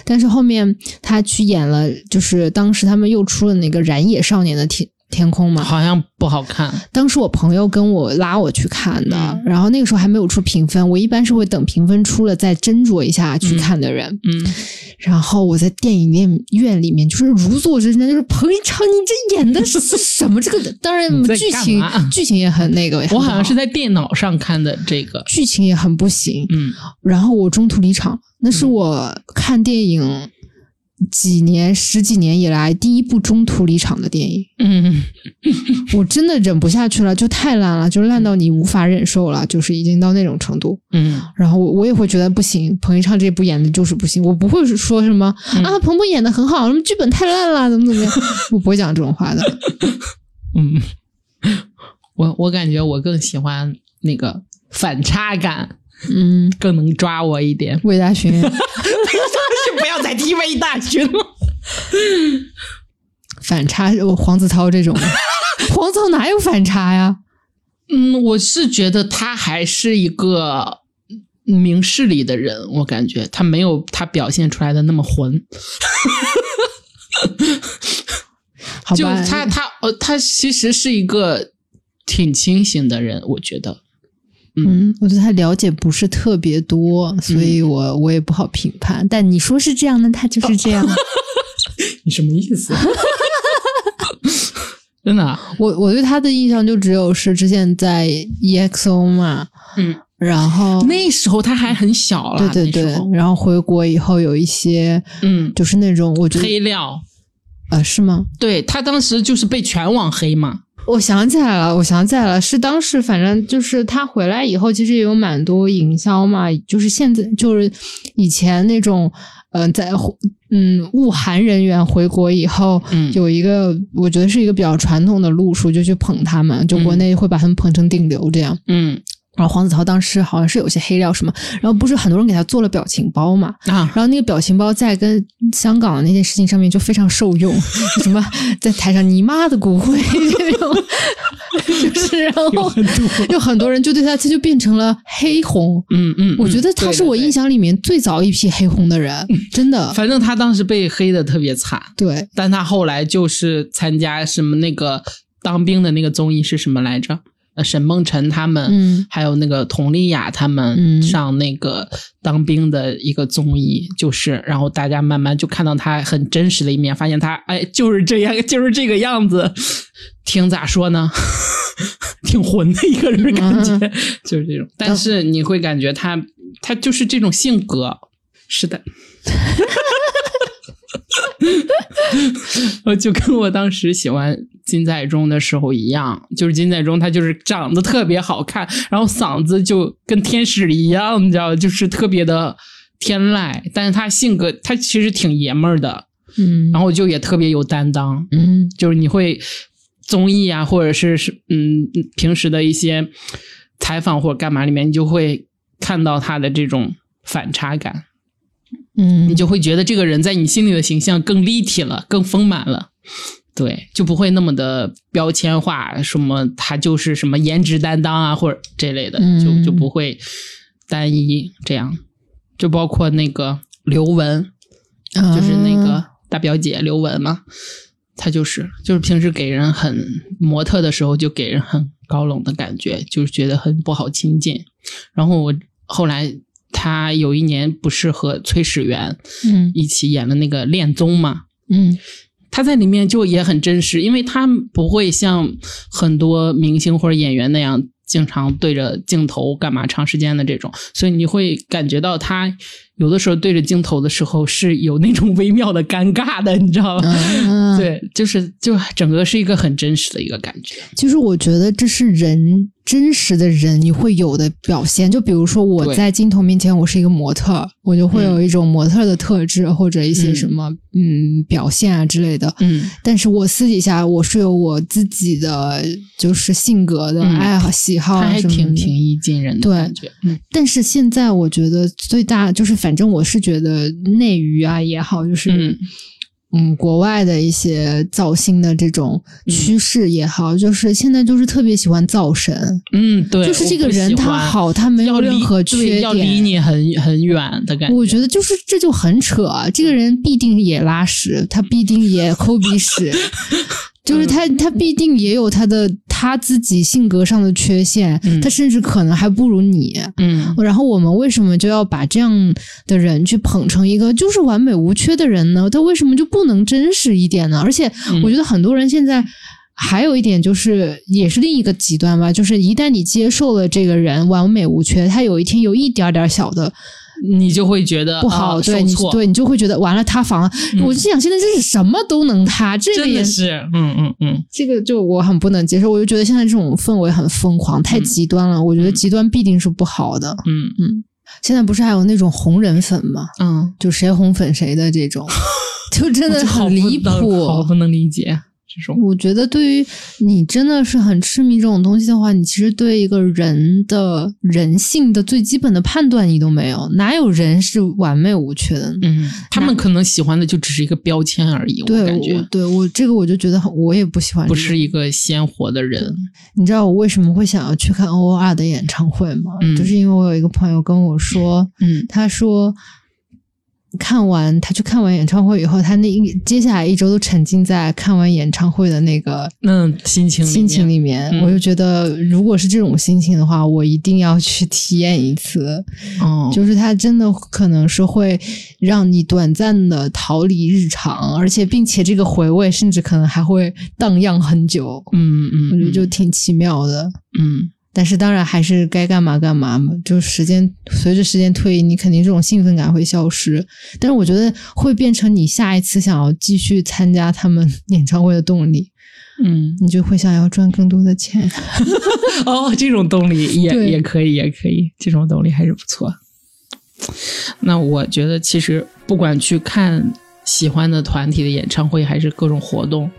S2: 但是后面他去演了，就是当时他们又出了那个《燃野少年的天天空》
S1: 嗯，
S2: 嘛。
S1: 好像不好看。
S2: 当时我朋友跟我拉我去看的，
S1: 嗯
S2: 然后那个时候还没有出评分，我一般是会等评分出了再斟酌一下去看的人。
S1: 嗯，
S2: 然后我在电影院院里面就是如坐针毡，就是彭昱畅，你这演的是什么？这个当然
S1: 你在
S2: 剧
S1: 干
S2: 情
S1: 嘛
S2: 剧情也很那个，也很
S1: 我
S2: 不
S1: 好像是在电脑上看的这个。
S2: 剧情也很不行。
S1: 嗯
S2: 然后我中途离场，那是我看电影几年、十几年以来第一部中途离场的电影，
S1: 嗯
S2: 我真的忍不下去了，就太烂了，就烂到你无法忍受了，就是已经到那种程度。
S1: 嗯
S2: 然后我我也会觉得不行，彭昱畅这部演的就是不行，我不会说什么、
S1: 嗯
S2: 啊，彭彭演的很好，什么剧本太烂了，怎么怎么样， 我不会讲这种话的。
S1: 嗯，我我感觉我更喜欢那个反差感，
S2: 嗯，
S1: 更能抓我一 点。
S2: 魏大勋，
S1: 就不要再提魏大勋了。
S2: 反差，我黄子韬这种 的，黄子韬哪有反差呀？
S1: 嗯，我是觉得他还是一个明事理的人，我感觉他没有他表现出来的那么混。
S2: 好吧，
S1: 就他他呃，他其实是一个挺清醒的人，我觉得。
S2: 嗯，我对他了解不是特别多，所以我我也不好评判。但你说是这样呢，他就是这样。啊
S1: 你什么意思？ 真的啊，
S2: 我我对他的印象就只有是之前在 EXO 嘛，
S1: 嗯，
S2: 然后
S1: 那时候他还很小了，
S2: 对对
S1: 那
S2: 对
S1: 时候，
S2: 然后回国以后有一些
S1: 嗯，
S2: 就是那种我觉得
S1: 黑料，
S2: 呃是吗？
S1: 对他当时就是被全网黑嘛，
S2: 我想起来了，我想起来了，是当时反正就是他回来以后，其实也有蛮多营销嘛，就是现在就是以前那种，嗯、在回嗯误韩人员回国以后，
S1: 嗯
S2: 有一个我觉得是一个比较传统的路数，就去捧他们，就国内会把他们捧成顶流这样。
S1: 嗯
S2: 然后黄子韬当时好像是有些黑料什么，然后不是很多人给他做了表情包嘛，
S1: 啊，
S2: 然后那个表情包在跟香港的那件事情上面就非常受用， 就什么在台上你妈的骨灰这种，就是然后有很多人就对他这就变成了黑红。
S1: 嗯嗯，
S2: 我觉
S1: 嗯
S2: 得他
S1: 对
S2: 是我
S1: 对
S2: 印象里面最早一批黑红的人，真的
S1: 对。反正他当时被黑的特别惨，
S2: 对，
S1: 但他后来就是参加什么那个当兵的那个综艺是什么来着？呃，沈梦辰他们，
S2: 嗯
S1: 还有那个佟丽娅他
S2: 嗯
S1: 们上那个当兵的一个综艺，就是，然后大家慢慢就看到他很真实的一面，发现他哎就是这样，就是这个样子，挺咋说呢， 挺混的一个人感觉， 就是这种。但是你会感觉他他就是这种性格，是的。 我就跟我当时喜欢金在中的时候一样，就是金在中他就是长得特别好看，然后嗓子就跟天使一样，你知道吗，就是特别的天籁。但是他性格他其实挺爷们儿的，
S2: 嗯
S1: 然后就也特别有担当，
S2: 嗯
S1: 就是你会综艺啊，或者是是嗯平时的一些采访或者干嘛里面，你就会看到他的这种反差感，
S2: 嗯，
S1: 你就会觉得这个人在你心里的形象更立体了，更丰满了。对，就不会那么的标签化，什么他就是什么颜值担当啊，或者这类的，
S2: 嗯
S1: 就就不会单一这样。就包括那个刘雯，
S2: 啊
S1: 就是那个大表姐刘雯嘛，她就是就是平时给人很模特的时候就给人很高冷的感觉，就是觉得很不好亲近。然后我后来她有一年不是和崔始源
S2: 嗯
S1: 一起演了那个《恋综》嘛，
S2: 嗯
S1: 她在里面就也很真实，因为她不会像很多明星或者演员那样经常对着镜头干嘛长时间的这种，所以你会感觉到她有的时候对着镜头的时候是有那种微妙的尴尬的，你知道吗？
S2: 啊，
S1: 对，就是就整个是一个很真实的一个感觉。
S2: 其实我觉得这是人真实的人你会有的表现，就比如说我
S1: 对嗯
S2: 在镜头面前，我是一个模特，我就会有一种模特的特质或者一些什么嗯表现啊之类的。
S1: 嗯，
S2: 但是我私底下我是有我自己的就是性格的
S1: 嗯
S2: 爱好、喜好
S1: 她
S2: 啊
S1: 还
S2: 什么
S1: 挺
S2: 的。
S1: 平易近人的
S2: 对
S1: 感觉。嗯
S2: 但是现在我觉得最大就是，反正我是觉得内娱啊也好，就是
S1: 嗯
S2: 嗯，国外的一些造星的这种
S1: 嗯
S2: 趋势也好，就是现在就是特别喜欢造神，
S1: 嗯，对，
S2: 就是这个
S1: 我不喜
S2: 人他
S1: 欢
S2: 好，他没有
S1: 要离
S2: 任何缺
S1: 对要离
S2: 点。
S1: 你很很远的感觉。
S2: 我觉得就是这就很扯，啊这个人必定也拉屎，他必定也抠 鼻屎，就是他
S1: 嗯
S2: 他必定也有他的他自己性格上的缺陷，
S1: 嗯
S2: 他甚至可能还不如你。
S1: 嗯
S2: 然后我们为什么就要把这样的人去捧成一个就是完美无缺的人呢？他为什么就不能真实一点呢？而且
S1: 嗯
S2: 我觉得很多人现在。还有一点就是，也是另一个极端吧，就是一旦你接受了这个人完美无缺，他有一天有一点点小的
S1: 你就会觉得
S2: 不好，
S1: 啊
S2: 对
S1: 受
S2: 你
S1: 挫
S2: 对你就会觉得完了，他反而、
S1: 嗯
S2: 我就想现在这是什么都能他，这个
S1: 真
S2: 也
S1: 的是，嗯嗯嗯，
S2: 这个就我很不能接受，我就觉得现在这种氛围很疯狂，太
S1: 嗯
S2: 极端了，我觉得
S1: 嗯
S2: 极端必定是不好的。
S1: 嗯
S2: 现在不是还有那种红人粉吗？
S1: 嗯，
S2: 就谁红粉谁的 这种，就真的
S1: 好
S2: 很
S1: 不
S2: 离
S1: 能好
S2: 谱。
S1: 不能理解这种。
S2: 我觉得对于你真的是很痴迷这种东西的话，你其实对一个人的人性的最基本的判断你都没有，哪有人是完美无缺的呢？
S1: 嗯，他们可能喜欢的就只是一个标签而已，我
S2: 对，
S1: 感
S2: 我
S1: 觉
S2: 对我这个我就觉得很，我也不喜欢这
S1: 不
S2: 种。
S1: 是一个鲜活的人。
S2: 你知道我为什么会想要去看 O O R 的演唱会吗？
S1: 嗯
S2: 就是因为我有一个朋友跟我说，
S1: 嗯
S2: 他说看完他去看完演唱会以后，他那一接下来一周都沉浸在看完演唱会的那个
S1: 嗯，心情
S2: 心情
S1: 面
S2: 里面。
S1: 嗯
S2: 我就觉得，如果是这种心情的话，我一定要去体验一次。
S1: 哦，
S2: 就是它真的可能是会让你短暂的逃离日常，而且并且这个回味甚至可能还会荡漾很久。
S1: 嗯嗯，
S2: 我觉得
S1: 嗯
S2: 就挺奇妙的。
S1: 嗯
S2: 但是当然还是该干嘛干嘛嘛，就是时间随着时间推移，你肯定这种兴奋感会消失。但是我觉得会变成你下一次想要继续参加他们演唱会的动力，
S1: 嗯，
S2: 你就会想要赚更多的钱。
S1: 哦，这种动力也
S2: 对
S1: 也可以，也可以，这种动力还是不错。那我觉得，其实不管去看喜欢的团体的演唱会，还是各种活动，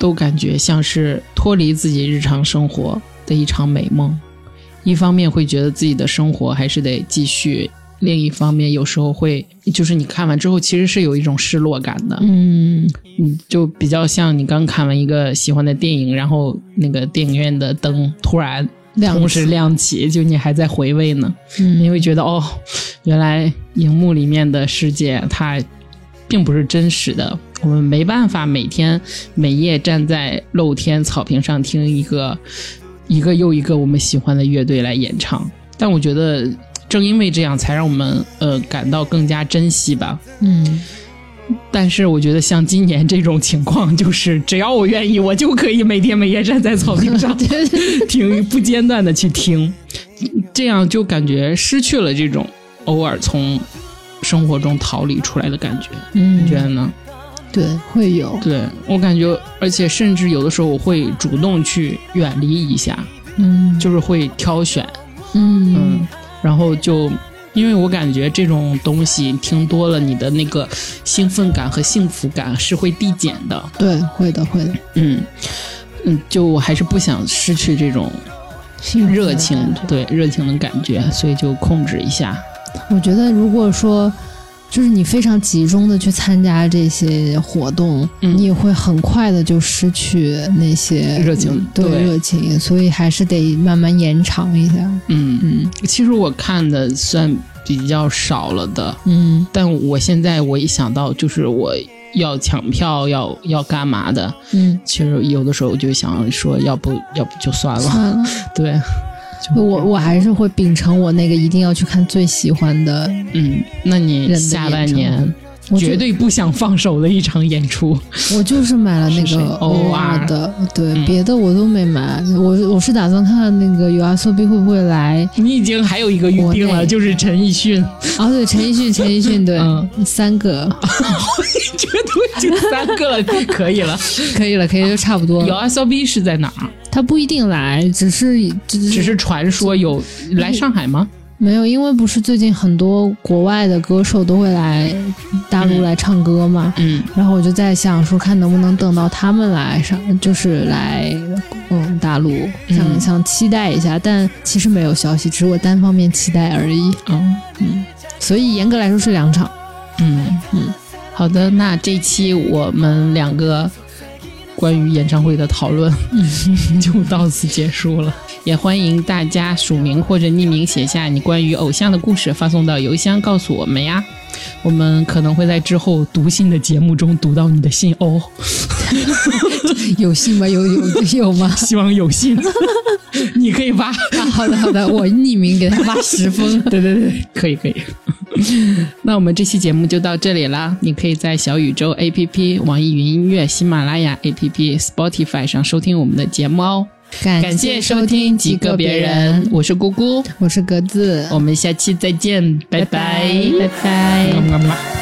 S1: 都感觉像是脱离自己日常生活的一场美梦。一方面会觉得自己的生活还是得继续，另一方面有时候会，就是你看完之后，其实是有一种失落感的。
S2: 嗯
S1: 嗯，就比较像你刚看完一个喜欢的电影，然后那个电影院的灯突然
S2: 亮
S1: 同时
S2: 起
S1: 亮起，就你还在回味呢，你
S2: 嗯
S1: 会觉得哦，原来荧幕里面的世界它并不是真实的，我们没办法每天每夜站在露天草坪上听一个一个又一个我们喜欢的乐队来演唱，但我觉得正因为这样，才让我们呃感到更加珍惜吧，
S2: 嗯，
S1: 但是我觉得像今年这种情况，就是只要我愿意，我就可以每天每夜站在草坪上听，不间断的去听，这样就感觉失去了这种偶尔从生活中逃离出来的感觉，
S2: 嗯
S1: 你觉得呢？
S2: 对会有
S1: 对我感觉，而且甚至有的时候我会主动去远离一下，
S2: 嗯
S1: 就是会挑选，
S2: 嗯
S1: 嗯，然后就。因为我感觉这种东西听多了，你的那个兴奋感和幸福感是会递减的。
S2: 对会的会的
S1: 嗯，嗯，就我还是不想失去这种
S2: 幸福
S1: 热
S2: 的
S1: 情
S2: 感觉，
S1: 嗯对热情的感觉，所以就控制一下。
S2: 我觉得如果说就是你非常集中的去参加这些活动，
S1: 嗯
S2: 你也会很快的就失去那些嗯
S1: 热情
S2: 对
S1: 对
S2: 热情，所以还是得慢慢延长一下。
S1: 嗯，
S2: 嗯
S1: 其实我看的算比较少了的。
S2: 嗯
S1: 但我现在我一想到就是我要抢票要要干嘛的，
S2: 嗯，
S1: 其实有的时候我就想说，要不要不就算了，
S2: 算了，
S1: 对，就
S2: 我我还是会秉承我那个一定要去看最喜欢的，
S1: 嗯，那你
S2: 人的
S1: 下半
S2: 演唱
S1: 年
S2: 我就
S1: 绝对不想放手的一场演 出，
S2: 我就是买了那
S1: 是谁
S2: 个
S1: OR
S2: 的，对，
S1: 嗯
S2: 别的我都没买。我我是打算看那个有阿苏比会不会来，
S1: 你已经还有一个预定
S2: 国内
S1: 了，就是陈奕迅，
S2: 哦，对，陈奕迅，陈奕迅，对，
S1: 嗯
S2: 三个
S1: 绝对就三个了，可以 了。
S2: 可以了，可以就差不多
S1: 有
S2: 了。
S1: S O B 是在哪儿？
S2: 他不一定来，只是只
S1: 只
S2: 是
S1: 是传说有来上海吗？
S2: 没有，因为不是最近很多国外的歌手都会来大陆
S1: 嗯
S2: 来唱歌嘛，
S1: 嗯
S2: 然后我就在想说，看能不能等到他们来上，就是来嗯大陆，想、
S1: 嗯
S2: 想期待一下，但其实没有消息，只是我单方面期待而已。
S1: 嗯
S2: 所以严格来说是两场。
S1: 嗯嗯。好的，那这期我们两个关于演唱会的讨论就到此结束了。也欢迎大家署名或者匿名写下你关于偶像的故事，发送到邮箱告诉我们呀。我们可能会在之后读信的节目中读到你的信哦，
S2: 有信吗？有有 有吗？
S1: 希望有信。你可以发。
S2: 啊，好的好的，我匿名给他发十 封。
S1: 对对对，可以可 以。那我们这期节目就到这里啦！你可以在小宇宙 APP、网易云音乐、喜马拉雅 APP、Spotify 上收听我们的节目哦。感
S2: 感
S1: 谢收听《几个别人》，，我是姑姑，
S2: 我是格子，
S1: 我们下期再见，拜拜。
S2: 拜拜。
S1: 么么么
S3: 그